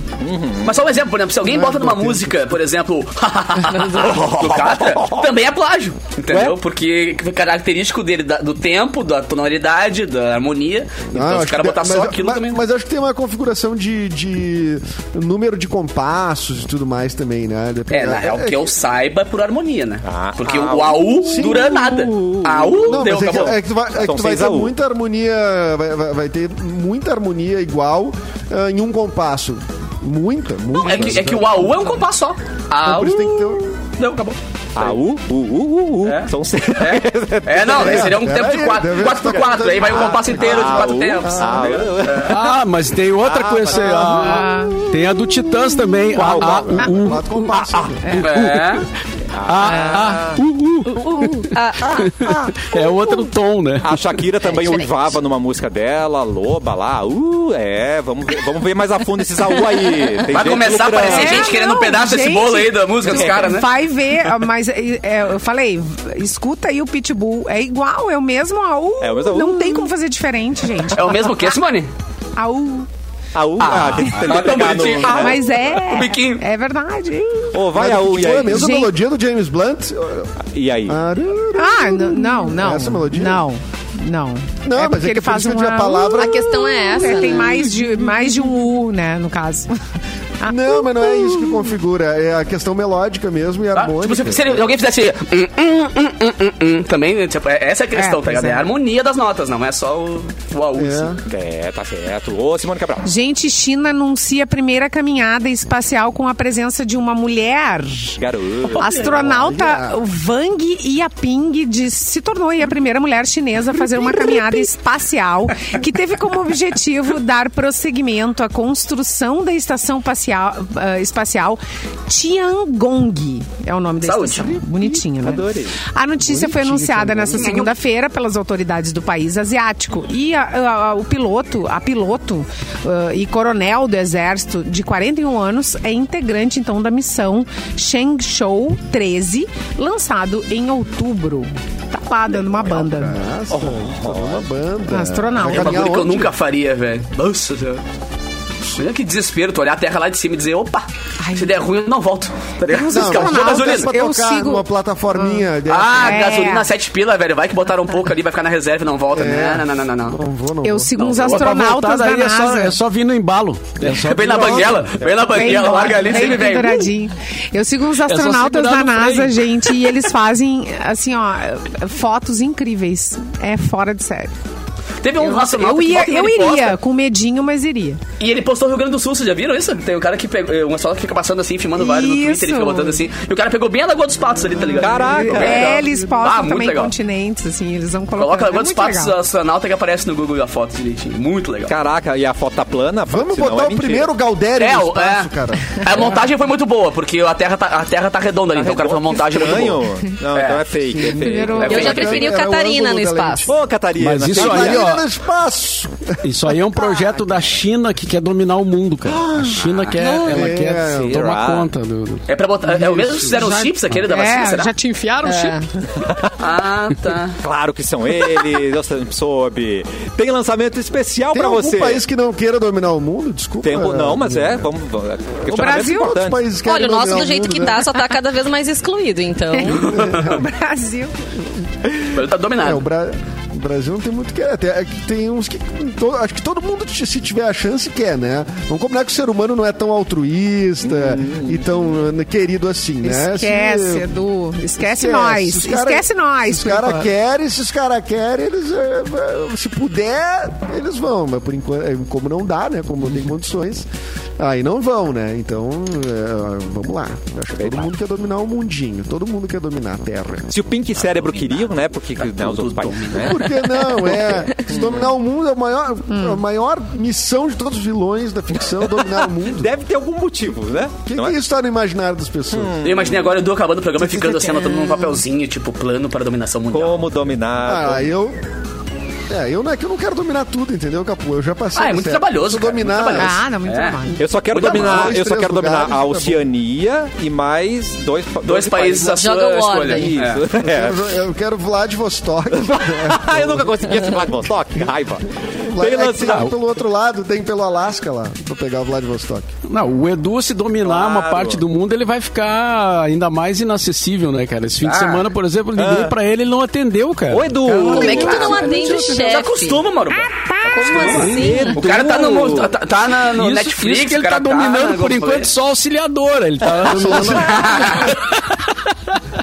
D: Mas só um exemplo, por exemplo, se alguém
B: Não é
D: bota numa
B: bom,
D: música,
B: (laughs)
D: por exemplo, do Catra, também é plágio, entendeu?
A: Ué?
D: Porque é característico dele da- do tempo, da tonalidade, da harmonia.
B: Ah,
D: Então, se
B: acho
D: o cara
B: que-
D: botar
B: mas-
D: só aquilo
B: mas,
D: também. né?
B: Mas acho que tem uma configuração de, de número de compassos e tudo mais também, né? Depende-
D: É, na real, que eu saiba é por harmonia, né?
A: Ah,
D: Porque
A: ah,
D: o
A: o
D: Au dura nada. Au
B: Não,
D: deu,
B: mas é, que,
D: acabou.
B: é que tu vai, é que
A: São
B: tu vai
A: seis
B: ter
A: a um.
B: muita harmonia. Vai, vai- vai ter muita harmonia igual ah, em um compasso. Muita, muita.
D: É que, é que o AU é um compasso só.
B: Então,
D: AU.
B: por isso tem que ter um-
D: Não, acabou.
A: Ah, u, u, u, u, u.
D: É.
A: uh, São seis.
D: É, não, daí seria um
B: Pera
D: tempo de
B: aí,
D: 4
B: deve- Ah,
D: por 4 aí vai um compasso inteiro de 4
A: Au,
D: tempos.
A: au.
E: Ah, mas tem outra com esse. ah, tem a do Titãs também. Ah,
A: Qual,
E: ah,
A: qual?
D: um
E: uh, uh,
B: Quatro compassos. né.
D: É.
E: ah, ah, uh, uh.
F: ah,
E: É
F: uh,
E: outro tom, né?
A: A Shakira também uivava numa música dela, Loba lá. Uh, é, vamos ver, vamos ver mais a fundo esses AU aí. Tem
D: Vai
A: gente
D: começar a
A: lucrando.
D: aparecer
F: É,
D: gente querendo um
F: não,
D: pedaço desse
F: gente.
D: bolo aí da música dos caras, né?
F: Vai ver, mas é, é, eu falei, escuta aí o Pitbull. É igual, é o mesmo AU.
A: É o mesmo AU.
F: Não tem como fazer diferente, gente.
D: É o mesmo que, Simone?
F: AU.
A: AU, ah, tem que
D: tá tão
A: pegar no-
D: bonitinho. Ah,
F: Mas é.
D: O biquinho.
F: É verdade.
A: Ô, vai
B: Mas
A: AU, e
B: foi a
A: aí?
B: mesma
F: Gente.
B: melodia do James Blunt.
A: E aí?
F: Ah, n- não, não.
B: Essa melodia?
F: Não, não.
B: Não,
F: é
B: mas
F: porque
B: é que
F: ele faz
B: por isso
F: um
B: que eu tinha a
F: AU.
B: palavra-
C: A questão é essa.
F: É, tem
C: né?
F: mais de, mais de um U, né, no caso.
B: (laughs) Não, mas não é isso que configura. É a questão melódica mesmo e
D: Tá?
B: harmônica.
D: Tipo, se, se ele- alguém fizesse. hum, hum, hum, hum, hum, hum, também, né? Tipo, é- essa é a questão,
F: É,
D: tá
F: pois
D: ligado? É
F: é.
D: a harmonia das notas, não é só o, o AU. assim.
B: É.
A: É, tá certo. Ô, Simone Cabral.
F: Gente, China anuncia a primeira caminhada espacial com a presença de uma mulher.
A: Garoto.
F: Astronauta Wang Yaping de- se tornou aí a primeira mulher chinesa a fazer uma caminhada espacial que teve como objetivo dar prosseguimento à construção da estação espacial, ah, espacial Tiangong. É o nome da
D: Saúde.
F: estação. Bonitinho, né?
A: Adorei.
F: A notícia foi anunciada nesta segunda-feira pelas autoridades do país asiático. E a- a- a- o piloto, a piloto ah, e coronel do exército de 41 anos é integrante então da missão Shenzhou 13, lançado em outubro. Tá lá dando uma banda.
B: Nossa, tá uma banda.
F: Astronauta.
D: É um
B: Vai caminhar
D: bagulho que eu
B: onde?
D: nunca faria, velho. Nossa, Deus. Olha que desespero, tu olhar a terra lá de cima e dizer, opa, se der ruim eu não volto. Tá ligado?
F: Os
B: Não,
D: Escapou
B: mas
F: astronautas-
D: gasolina.
B: pra
F: eu
B: tocar
F: sigo-
B: numa plataforminha.
D: Ah,
F: É.
D: gasolina 7 pila, velho. Vai que botaram um pouco ali, vai ficar na reserva e não volta.
B: É.
D: Não, não, não, não, não.
B: Não vou, não
F: Eu
B: vou.
F: sigo
D: Não,
F: uns
D: eu vou
E: Voltar
F: astronautas da
E: daí é só,
F: NASA.
E: é só vir no embalo. É só
D: Vem na banguela, vem na
F: Bem
D: banguela, larga ali,
F: bem
D: sempre vem.
F: penduradinho. Eu sigo uns
E: só
F: astronautas
E: segurar
F: da
E: no
F: NASA,
E: freio.
F: gente, e eles fazem, assim, ó, fotos incríveis. É fora de série.
D: Teve um astronauta
F: Eu,
D: que
F: ia,
D: volta e
F: eu
D: ele
F: iria,
D: posta,
F: com medinho, mas iria.
D: E ele postou o Rio Grande do Sul, vocês já viram isso? Tem um cara que pegou, um astronauta que fica passando assim, filmando vários no Twitter, ele
F: Isso.
D: fica botando assim. E o cara pegou bem a Lagoa dos Patos ali, tá ligado?
A: Caraca.
D: Ficou bem legal.
F: É, eles postam
D: Ah, muito
F: também
D: legal.
F: continentes, assim, eles vão colocar.
D: Coloca a Lagoa dos
F: muito
D: Patos,
F: legal.
D: astronauta que aparece no Google a foto direitinho. Muito legal.
A: Caraca, e a foto tá plana?
B: Vamos
A: Senão
B: botar
A: é
B: o
A: mentira.
B: primeiro Galdério
D: É,
B: no
D: o-
B: espaço,
D: é.
B: cara.
D: A montagem foi muito boa, porque a terra tá, a terra tá redonda ali, então o cara fez uma montagem muito
A: Estranho.
D: boa.
A: Não,
D: É.
A: então é fake, é fake.
F: Primeiro-
D: É
C: Eu já
D: Era
C: preferi o
B: o
C: Catarina
B: ângulo
C: no
B: da
C: espaço.
A: Ô, Catarina.
E: Mas isso
A: cara,
E: aí, ó.
B: Catarina no espaço.
E: Isso aí é um projeto da China que quer dominar o mundo, cara. A China quer, ela quer
B: é,
E: tomar
A: será?
E: conta do. do-
D: É pra botar. É o mesmo que fizeram os chips aquele da vacina, assim, será?
F: É, já te enfiaram o chip?
D: Ah, tá.
A: Claro que são eles, eu sempre soube. Tem lançamento especial
B: Tem
A: pra
B: algum
A: você.
B: país que Ah, não queira dominar o mundo? Desculpa.
A: Tem algum- Não, mas é, vamos. vamos- questionamentos
F: Brasil,
A: importantes.
B: Quantos países querem
C: Olha, o nosso
B: dominar
C: do jeito
B: mundo,
C: que
B: né?
C: tá só tá cada vez mais excluído,
F: (laughs)
C: então.
F: o Brasil.
D: Ele tá dominado.
F: Ah.
B: É, o, Bra- o Brasil não tem muito que é. Tem, é que tem uns que. to- acho que todo mundo, t- se tiver a chance, quer, né? Vamos combinar que o ser humano não é tão altruísta e tão né, querido assim, né?
F: Uhum. Esquece,
B: Se-
F: Edu. Esquece, nós.
B: os cara-
F: Esquece nós.
B: Se os
F: por
B: caras
F: enquanto.
B: querem, se os caras querem, eles. eh, eh, Se puder, eles vão. Mas por enquanto, eh, como não dá, né? Como não tem condições, aí não vão, né? Então, eh, vamos lá. Acho que todo mundo quer dominar o mundinho. Todo mundo quer dominar a Terra.
A: Se o Pink Cérebro queriam, né? Porque né, os outros países, né?
B: Por que
D: (laughs)
B: não? É. Se dominar o mundo é a maior,
D: Hum.
B: a maior missão de todos os vilões da ficção, dominar o mundo.
D: (laughs)
A: Deve ter algum motivo, né?
B: O que,
A: Não
B: que isso tá no imaginário das pessoas?
D: Eu imaginei agora o Edu acabando o programa e ficando assim,
F: é.
D: anotando num papelzinho, tipo, plano para a dominação mundial.
A: Como
D: tá
A: dominar.
B: Ah, eu. É, eu não é que eu não quero dominar tudo, entendeu, Capu? Eu já passei.
D: Ah, é
B: dessa
D: muito
B: época.
D: trabalhoso,
B: Se eu
D: cara, muito
B: dominar.
D: trabalhoso.
F: Ah, não, muito
D: É.
F: trabalho.
A: Eu só quero
D: Muda
A: dominar,
B: mais
A: eu só
B: três
A: quero dominar
B: lugares,
A: a
B: tá bom.
A: Oceania e mais dois pa-
D: Dois países à sua
C: Joga o War
D: escolha.
C: daí.
D: É.
A: Isso. (laughs) É. Ah,
B: Eu, eu quero
D: (laughs)
B: Vladivostok.
A: eu nunca consegui esse Vladivostok, que raiva. Tem
B: Tem
A: lance
B: é
D: um.
B: tem pelo outro lado, tem pelo Alasca lá, pra pegar o
D: (laughs)
B: Vladivostok.
E: Não, o Edu, se dominar
A: Claro.
E: uma parte do mundo, ele vai ficar ainda mais inacessível, né, cara? Esse fim de semana, por exemplo, liguei pra ele ele não atendeu, cara.
A: Ô, Edu!
C: Como é que tu não atende o
D: Já
C: chefe?
D: acostuma, mano.
C: Como assim?
D: O cara tá no, tá, tá na, no
E: isso,
D: Netflix,
E: isso que ele
D: o cara
E: tá dominando
D: na
E: por
D: Globoplay.
E: enquanto só auxiliadora. Ele tá
B: Tá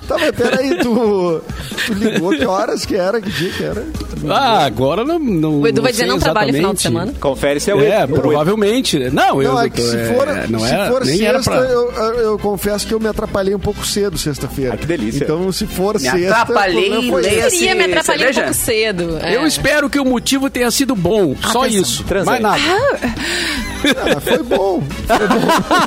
B: Tá, mas peraí, tu, tu ligou que horas que era, que dia que era?
E: Ah, agora não. não
C: O Edu vai
E: sei
C: dizer não trabalha final de
E: exatamente.
C: semana.
A: Confere se é o
E: É,
A: Edu.
E: provavelmente. Não, eu
B: Não, é
E: tô-
B: que se
E: é,
B: for,
E: não
B: se
E: era,
B: for
E: nem
B: sexta,
E: era pra...
B: eu, eu confesso que eu me atrapalhei um pouco cedo sexta-feira.
A: Ah, que delícia.
B: Então, se for
D: Me
B: sexta... o
D: atrapalhei,
B: problema foi
D: leia
B: esse.
C: Eu
D: Esse-
C: queria me atrapalhar um
D: cerveja?
C: pouco cedo. é. Ah,
E: Eu espero que o motivo tenha sido bom. Só
C: Atenção.
E: isso.
A: Transei.
E: Mais nada.
B: Ah, foi bom.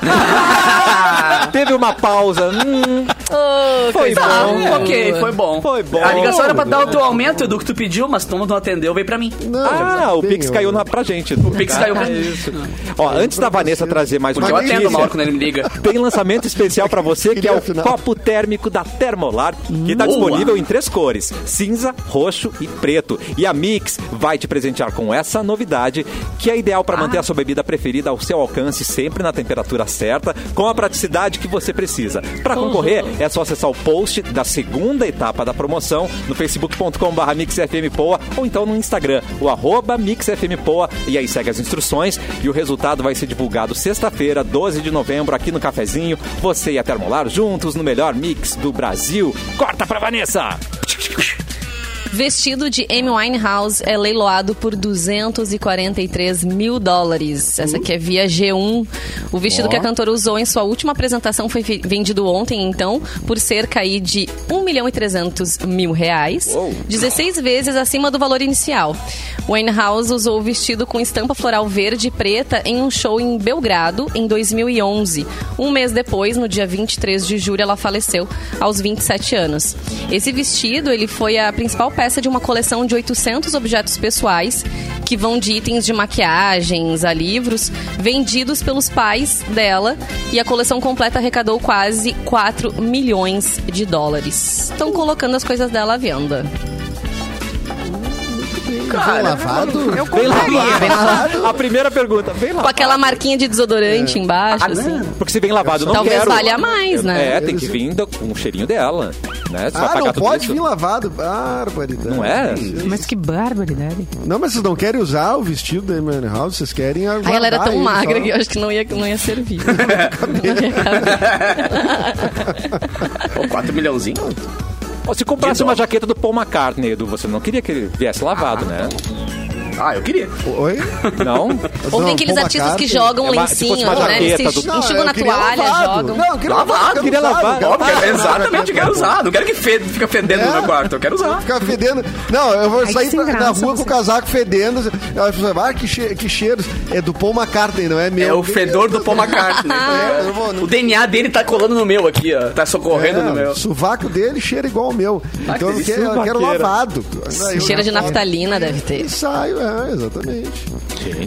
A: Ah, Teve uma pausa. Hum,
C: Ô,
A: Foi
C: coisa
A: bom.
C: boa.
D: Ah, ok, foi bom.
A: Foi bom.
D: A ligação era pra dar o teu aumento, Edu, que tu pediu, mas tu não atendeu, veio pra mim.
B: Não,
A: ah, o
B: bem,
A: Pix
B: eu-
A: caiu na, pra gente. O
D: Pix caiu pra mim.
A: Isso. Ó, antes da Vanessa trazer mais
D: Porque eu
A: uma
D: atendo
A: notícia,
D: uma hora quando ele me liga.
A: Tem lançamento especial pra você que é o
B: Afinal.
A: copo térmico da Termolar, que tá
D: Boa.
A: disponível em três cores: cinza, roxo e preto. E a Mix vai te presentear com essa novidade, que é ideal pra manter a sua bebida preferida ao seu alcance, sempre na temperatura certa, com a praticidade que você precisa. Pra concorrer, é só acessar o post da segunda etapa da promoção no facebook.com/barra mixfmpoa ou então no Instagram, o arroba mixfmpoa. E aí segue as instruções e o resultado vai ser divulgado sexta-feira, 12 de novembro, aqui no Cafezinho. Você e a Termolar juntos no melhor mix do Brasil. Corta pra Vanessa!
C: Vestido de Amy Winehouse é leiloado por 243 mil dólares. Essa aqui é via G1. O vestido que a cantora usou em sua última apresentação foi ve- vendido ontem, então, por cerca aí de 1 milhão e 300 mil reais. 16 vezes acima do valor inicial. Winehouse usou o vestido com estampa floral verde e preta em um show em Belgrado, em 2011. Um mês depois, no dia 23 de julho, ela faleceu aos 27 anos. Esse vestido, ele foi a principal peça de uma coleção de 800 objetos pessoais que vão de itens de maquiagens a livros vendidos pelos pais dela e a coleção completa arrecadou quase 4 milhões de dólares. Estão colocando as coisas dela à venda.
B: Bem lavado?
F: Eu compraria.
A: Vem lavado. A primeira pergunta, vem
C: Com
A: lavado.
C: aquela marquinha de desodorante embaixo,
A: Ah,
C: assim.
A: Porque se vem lavado, não
C: Talvez
A: quero.
C: valha mais, né?
A: É, tem que vir do- com o cheirinho dela. Né? Você vai
B: Ah,
A: pagar
B: não
A: tudo
B: pode
A: isso?
B: vir lavado. Barbaridade.
A: Não é?
F: Mas que barbaridade.
B: Não, mas vocês não querem usar o vestido da Amy House? Vocês querem
C: Aí ela era tão
B: aí,
C: magra
B: só.
C: que eu acho que não ia, não ia servir. Não ia caber.
D: Pô, 4 milhãozinho.
A: Ó, Se comprasse
D: De
A: uma
D: dó.
A: jaqueta do Paul McCartney, Edu, você não queria que ele viesse lavado, né?
D: Ah, eu queria.
B: Oi?
A: Não?
C: Ou tem
B: Não,
C: aqueles
B: Paul
C: artistas que
B: McCartney.
C: jogam
A: É uma- se
C: lencinho,
A: fosse uma
C: né? Eles se
A: jaqueta do-
B: Não,
C: enxugam
B: eu
C: na
B: queria
C: toalha,
B: lavado.
C: jogam.
B: Não, eu queria
D: Lavado,
B: lavado, eu
A: queria
B: usar,
A: lavado.
B: eu
D: Óbvio,
B: quero usar.
D: exatamente, eu quero usar. Não quero que fede, fica fedendo no
B: É.
D: meu quarto, eu quero usar.
B: Ficar fedendo. Não, eu vou
F: que
B: sair
F: sem
B: pra- na
F: graça
B: rua com
F: você.
B: o casaco fedendo. As pessoas, ah, que, che que cheiro. É do Paul McCartney, não é meu.
D: É o fedor do Paul McCartney.
B: É, (laughs) eu vou-
D: o DNA dele tá colando no meu aqui, ó. Tá socorrendo no
B: É,
D: meu.
B: o sovaco dele cheira igual ao meu. então eu,
D: que
B: quero, eu quero
A: suvaqueira.
B: lavado. Eu
C: Cheiro de naftalina deve ter.
B: E saio, é, exatamente.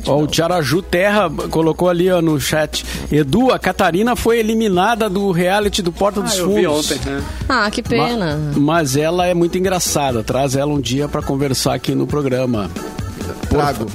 E: Ó, o Tiaraju Terra colocou ali ó, no chat. Edu, a Catarina foi eliminada do reality do Porta dos
D: Ah, eu vi
E: Fundos.
D: ontem. né?
C: Ah, que
E: Ma-
C: pena.
E: Mas ela é muito engraçada. Traz ela um dia pra conversar aqui no programa.
B: Trago.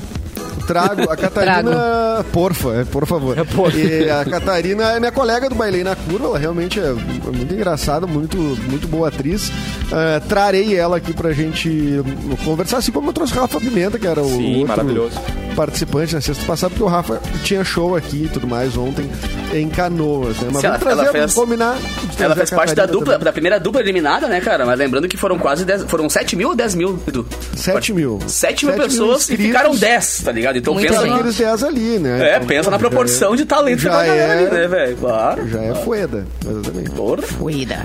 B: Trago. A Catarina. Porfa, é, por favor. E a Catarina é minha colega do Bailei na Curva, ela realmente é muito engraçada, muito, muito boa atriz. Eh, trarei ela aqui pra gente conversar, assim como eu trouxe o Rafa Pimenta, que era o
A: Sim,
B: outro
A: maravilhoso.
B: participante na sexta passada, porque o Rafa tinha show aqui e tudo mais ontem em Canoas, né? Mas
D: Sim, ela-
B: vamos trazer,
D: ela
B: vamos
D: fez-
B: combinar. de trazer
D: Ela
B: a
D: fez parte da
B: Catarina
D: dupla,
B: também.
D: da primeira dupla eliminada, né, cara? Mas lembrando que foram quase 10. Foram 7 mil ou 10 mil, Edu?
B: 7 mil.
D: 7 mil
B: Sete
D: pessoas e
B: inscritos.
D: ficaram 10, tá ligado? Então
C: Muita
D: pensa
C: gente.
D: na-
B: Aqueles 10 ali, né?
D: É,
B: Então,
D: pensa
B: já
D: na
B: é-
D: proporção de talento
B: já
D: da galera
B: é-
D: ali, né, velho? Claro.
B: Já é foeda, exatamente.
D: Porra.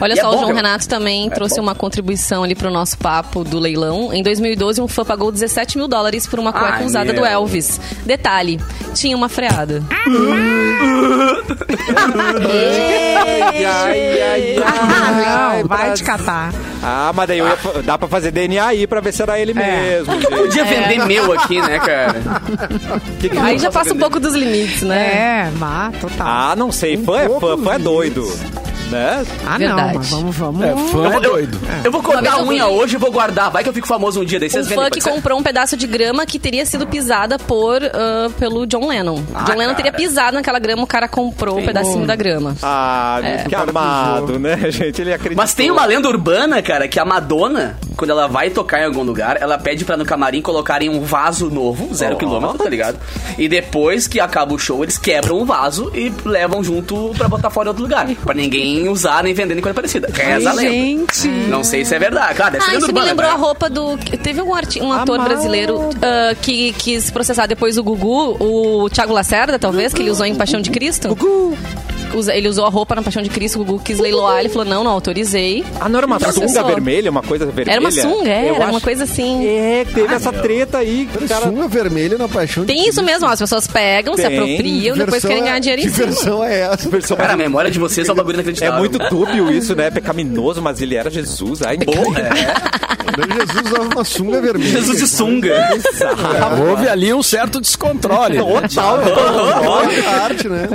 C: Olha
D: E é bom,
C: só, o João
D: viu?
C: Renato também trouxe
D: bom.
C: uma contribuição ali pro nosso papo do leilão. Em 2012, um fã pagou 17 mil dólares por uma cueca
D: Ai,
C: usada
D: meu.
C: do Elvis. Detalhe, tinha uma freada.
A: (laughs) Ai, ai, ai,
F: Ah,
A: ai,
F: não, vai
A: pra-
F: te catar.
A: Ah, mas daí eu ia, fa- dá pra fazer DNA aí pra ver se era ele mesmo.
C: É.
D: Eu podia vender meu aqui, né, cara?
A: Que que-
C: Aí já passa um pouco dos limites, né?
F: É, vá, total. Ah,
A: Ah, não sei. Fã é fã,
B: pouco
A: fã é
B: dos
A: doido. Né?
F: não,
C: verdade.
F: mas vamos, vamos.
E: É, fã é
D: Eu-
E: doido.
D: Eu vou cortar
C: Talvez
D: a
C: eu
D: unha
C: vi-
D: hoje e vou guardar. Vai que eu fico famoso um dia, daí
C: Um
D: vocês vendem.
C: fã que
D: pode ser?
C: comprou um pedaço de grama que teria sido pisada por, ah, pelo John Lennon.
D: Ah,
C: John Lennon teria
D: cara.
C: pisado naquela grama, o cara comprou o pedacinho da grama.
A: É, Ah, que amado, né, (laughs) gente? Ele acredita.
D: Mas tem uma lenda urbana, cara, que a Madonna quando ela vai tocar em algum lugar, ela pede pra no camarim colocarem um vaso novo, zero quilômetro, tá ligado? E depois que acaba o show, eles quebram o vaso e levam junto pra botar fora em outro lugar. Pra ninguém usar nem vender nem coisa parecida. Reza a lenda.
F: gente.
D: Não sei se é verdade. Claro, deve ser
C: Ah,
D: lenda
C: isso me
D: urbana,
C: lembrou
D: né?
C: a roupa do. Teve um, arti... um ator
F: Amada.
C: brasileiro ah, que quis processar depois o Gugu, o Thiago Lacerda, talvez, que ele usou em Paixão de Cristo. Gugu! Ele usou a roupa na Paixão de Cristo, o Gugu quis leiloar, ele falou: não, não autorizei.
A: Ah, não era uma
C: Processou.
A: sunga vermelha, uma coisa vermelha?
C: Era uma sunga, é,
A: Eu
C: era uma
A: acho-
C: coisa assim.
A: É, que teve essa treta aí. que o
B: Cara...
A: Cara...
B: Sunga vermelha na paixão de
C: Tem isso mesmo, ó, as pessoas pegam, se
A: Tem.
C: apropriam,
B: Que
C: depois
B: versão
C: querem
B: é-
C: ganhar dinheiro em
B: Que
C: cima.
B: versão é essa?
A: Versão
D: Cara, a memória de vocês é um bagulho
A: É
D: inacreditável.
A: muito dúbio isso, né? Pecaminoso, mas ele era Jesus. Ai,
D: Porra, é.
B: Jesus usava uma sunga vermelha.
D: (laughs)
B: É
D: Jesus de
C: (laughs)
D: sunga. Tá
E: Houve ali um certo
A: (laughs)
E: descontrole.
A: Total.
C: (laughs)
B: Olha a arte, né?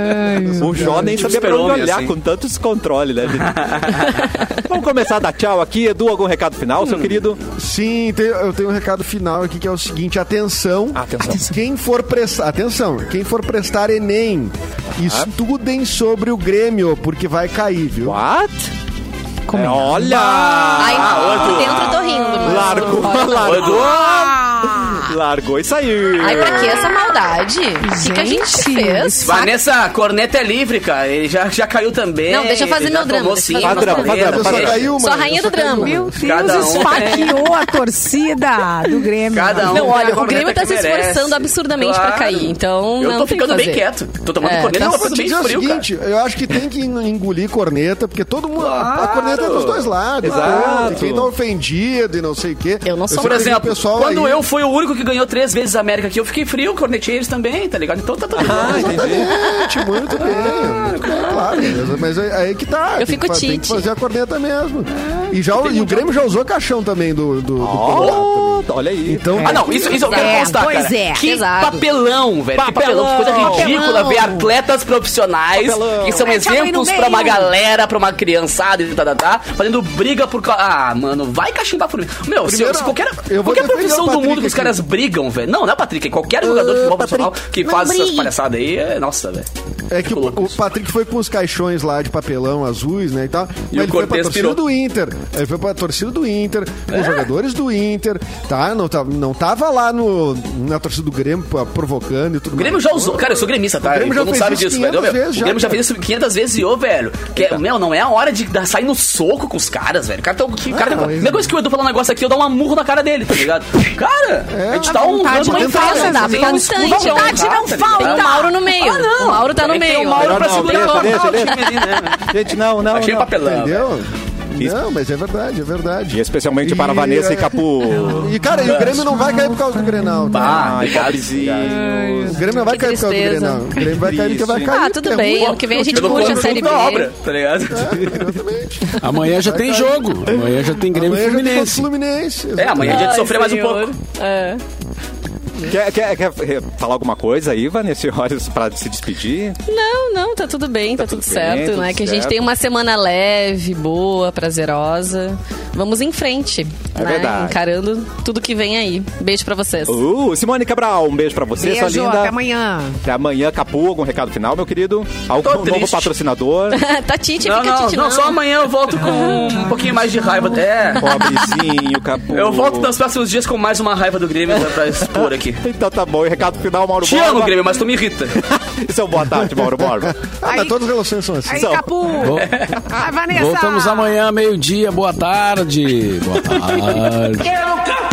A: O Jó nem
D: Tipo
A: sabia pra onde
D: super-homem,
A: olhar
D: assim.
A: com tanto descontrole, né?
D: (laughs)
A: gente? Vamos começar a dar tchau aqui. Edu, algum recado final,
D: Hum.
A: seu querido?
B: Sim, tem- eu tenho um recado final aqui que é o seguinte: atenção.
A: Atenção.
B: Quem for prestar. Atenção, quem for prestar Enem,
D: Ah.
B: estudem sobre o Grêmio, porque vai cair, viu?
A: What? É, olha!
C: Aí
A: Ah,
D: outro.
C: dentro eu tô rindo, mas.
A: Largou,
C: fora eu tô-
A: (laughs) largou, largou e saiu.
C: Ai, pra que essa maldade? O que, que a Ah. gente
F: Gente,
C: fez?
D: Vanessa, a corneta é livre, cara. Ele já, já caiu também.
C: Não, deixa eu fazer
D: Ele já
C: meu drama,
D: tomou
C: deixa eu
D: cinco,
C: fazer meu
A: drama.
D: corneta,
A: Faz drama, faz
D: deixa-
A: drama.
C: Só a rainha do drama.
F: Meu Deus,
D: Cada um
F: esfaqueou a torcida do Grêmio.
D: Cada um
C: Não,
D: tem a
C: olha, o
D: corneta
C: Grêmio tá
D: que
C: se
D: merece.
C: esforçando absurdamente pra cair, então
D: Eu tô
C: não tem o que
D: ficando bem
C: fazer.
D: quieto. Tô tomando
C: É,
D: corneta, tá
C: tá
B: Mas
D: ficando bem
B: diz o
D: frio, cara.
B: seguinte, eu acho que tem que engolir corneta, porque todo mundo. A
D: Claro.
B: corneta é dos dois lados.
A: Exato.
B: Tem quem tá ofendido e não sei o quê.
C: Eu não sou
D: Por
B: sei que
D: exemplo,
B: o pessoal (laughs)
D: quando
B: aí-
D: eu fui o único que ganhou três vezes a América aqui, eu fiquei frio, cornetei eles também, tá ligado? Então tá todo
A: Ah,
D: mundo.
A: entendi.
B: Gente, muito bem.
D: Ah,
B: muito bem, claro, beleza. mas aí, aí que tá. tem
C: fico
B: que, fa- Tem que
C: tite.
B: fazer a corneta mesmo.
D: Ah,
B: E, já, o- e o Grêmio já usou caixão também do, do, do Colorado.
A: Oh, olha aí.
B: Então,
D: Ah, não, isso, isso eu quero
F: É,
D: constar,
F: pois
D: cara.
F: é.
D: Que
C: Pesado.
D: papelão, velho. Que papelão, que coisa
A: Papelão.
D: ridícula
F: Papelão. É,
D: ver atletas profissionais
A: Papelão.
D: que são
F: Mete a mãe no
D: exemplos pra
F: meio.
D: uma galera, pra uma criançada e tá, tá, tá, fazendo briga por... ca- Ah, mano, vai cachimbar por mim. Meu, se-
B: Primeiro,
D: se, qualquer,
B: eu vou
D: qualquer
B: defender
D: profissão
B: o
D: do
B: Patrick
D: mundo que os
B: aqui. Ah,
D: caras brigam, velho. Não, não é o Patrick, é qualquer jogador de futebol profissional que faz essas
C: brigue.
D: palhaçadas aí. é- Nossa, velho.
B: é que o,
D: louco
B: o
D: isso.
B: Patrick foi com os caixões lá de papelão azuis, né, e tal. Mas
D: E o
B: ele foi pra
D: Cortez
B: torcida
D: pirou. É?
B: do Inter. Ele foi pra torcida do Inter, com os jogadores do Inter, tá? Não, tá, não tava lá no, na torcida do Grêmio pô, provocando e tudo
D: O Grêmio já usou. Cara, eu sou gremista, tá?
B: O Grêmio
D: Então
B: já
D: não
B: fez
D: sabe
B: isso
D: disso, velho.
B: 500
D: meu.
B: vezes
D: o Grêmio
B: já,
D: já fez isso 500 vezes e ô, velho. Que, é- meu, não é a hora de dar- sair no soco com os caras, velho. O cara tá. o que- o cara tá-
B: não,
D: a
B: isso-
D: mesma coisa que o Edu falou um negócio aqui, eu dou uma murro na cara dele, tá ligado? Cara,
B: É.
D: a gente tá um
F: vontade não falta, não
D: tem
F: falta.
D: um escudo
C: Vontade
D: na mão,
C: não
D: tá ligado?
C: falta. O é um Mauro no meio.
D: Ah, não.
C: O Mauro tá no
D: Tem que ter
C: meio.
D: O Mauro
A: Melhor
D: pra
A: não,
D: segurar
A: deixa,
D: o
A: deixa,
D: o time
A: deixa.
D: ali, né?
A: Gente, não, não,
D: Achei
A: não.
D: papelão. velho.
B: Entendeu? Não, mas é verdade, é verdade. é,
A: E especialmente para Vanessa e Capu.
B: E, cara, e o Grêmio não vai cair por causa do Grenal. tá?
D: Bah,
A: Ai,
D: Ah, obrigado.
A: pobrezinhos.
B: O Grêmio não vai
C: Que
B: cair por causa do
C: tristeza.
B: Grenal. O Grêmio vai cair porque vai
A: Triste.
B: cair.
C: Ah, tudo
B: porque é
C: bem.
B: ruim.
C: Ano que vem a gente
D: Pelo
C: curte a
D: conjunto
C: Série B.
D: da obra, tá ligado?
B: É. Exatamente.
E: Amanhã já tem jogo. Amanhã já tem Grêmio e
B: Amanhã já tem contra o
E: Fluminense.
B: Fluminense. Tá,
D: É, amanhã é dia de
C: Ai,
D: sofrer mais um
C: senhor.
D: pouco.
C: É.
A: Quer, quer, quer eh, falar alguma coisa aí, Vanessa, horas para se despedir?
C: Não, não, tá tudo bem, tá, tudo,
A: tudo bem,
C: certo,
A: tudo
C: né? Que a gente
A: certo.
C: tem uma semana leve, boa, prazerosa. Vamos em frente,
A: É
C: né?
A: verdade.
C: Encarando tudo que vem aí. Beijo pra vocês.
A: Uh, Simone Cabral, um beijo pra você, sua
F: Beijo,
A: linda.
F: até amanhã.
A: Até amanhã, Capu, algum recado final, meu querido? Algum novo
D: triste. (laughs)
A: patrocinador?
C: (laughs) tá Titi,
D: Não,
C: fica
D: não,
C: Titi,
D: não, só amanhã eu volto com um pouquinho mais de raiva até.
A: Pobrezinho, Capu.
D: Eu volto nos próximos dias com mais uma raiva do Grêmio pra- pra expor aqui.
A: Então tá bom, e recado final, Mauro
D: Te
A: Borba.
D: amo, Grêmio, mas tu me irrita.
A: Isso é um boa tarde, Mauro Borba.
B: Ah, mas todas as relações são assim.
F: Aí,
A: São.
F: Capu.
E: Vol-
F: Ai, Vanessa.
E: Voltamos amanhã, meio-dia. Boa tarde. Boa tarde.
G: Quero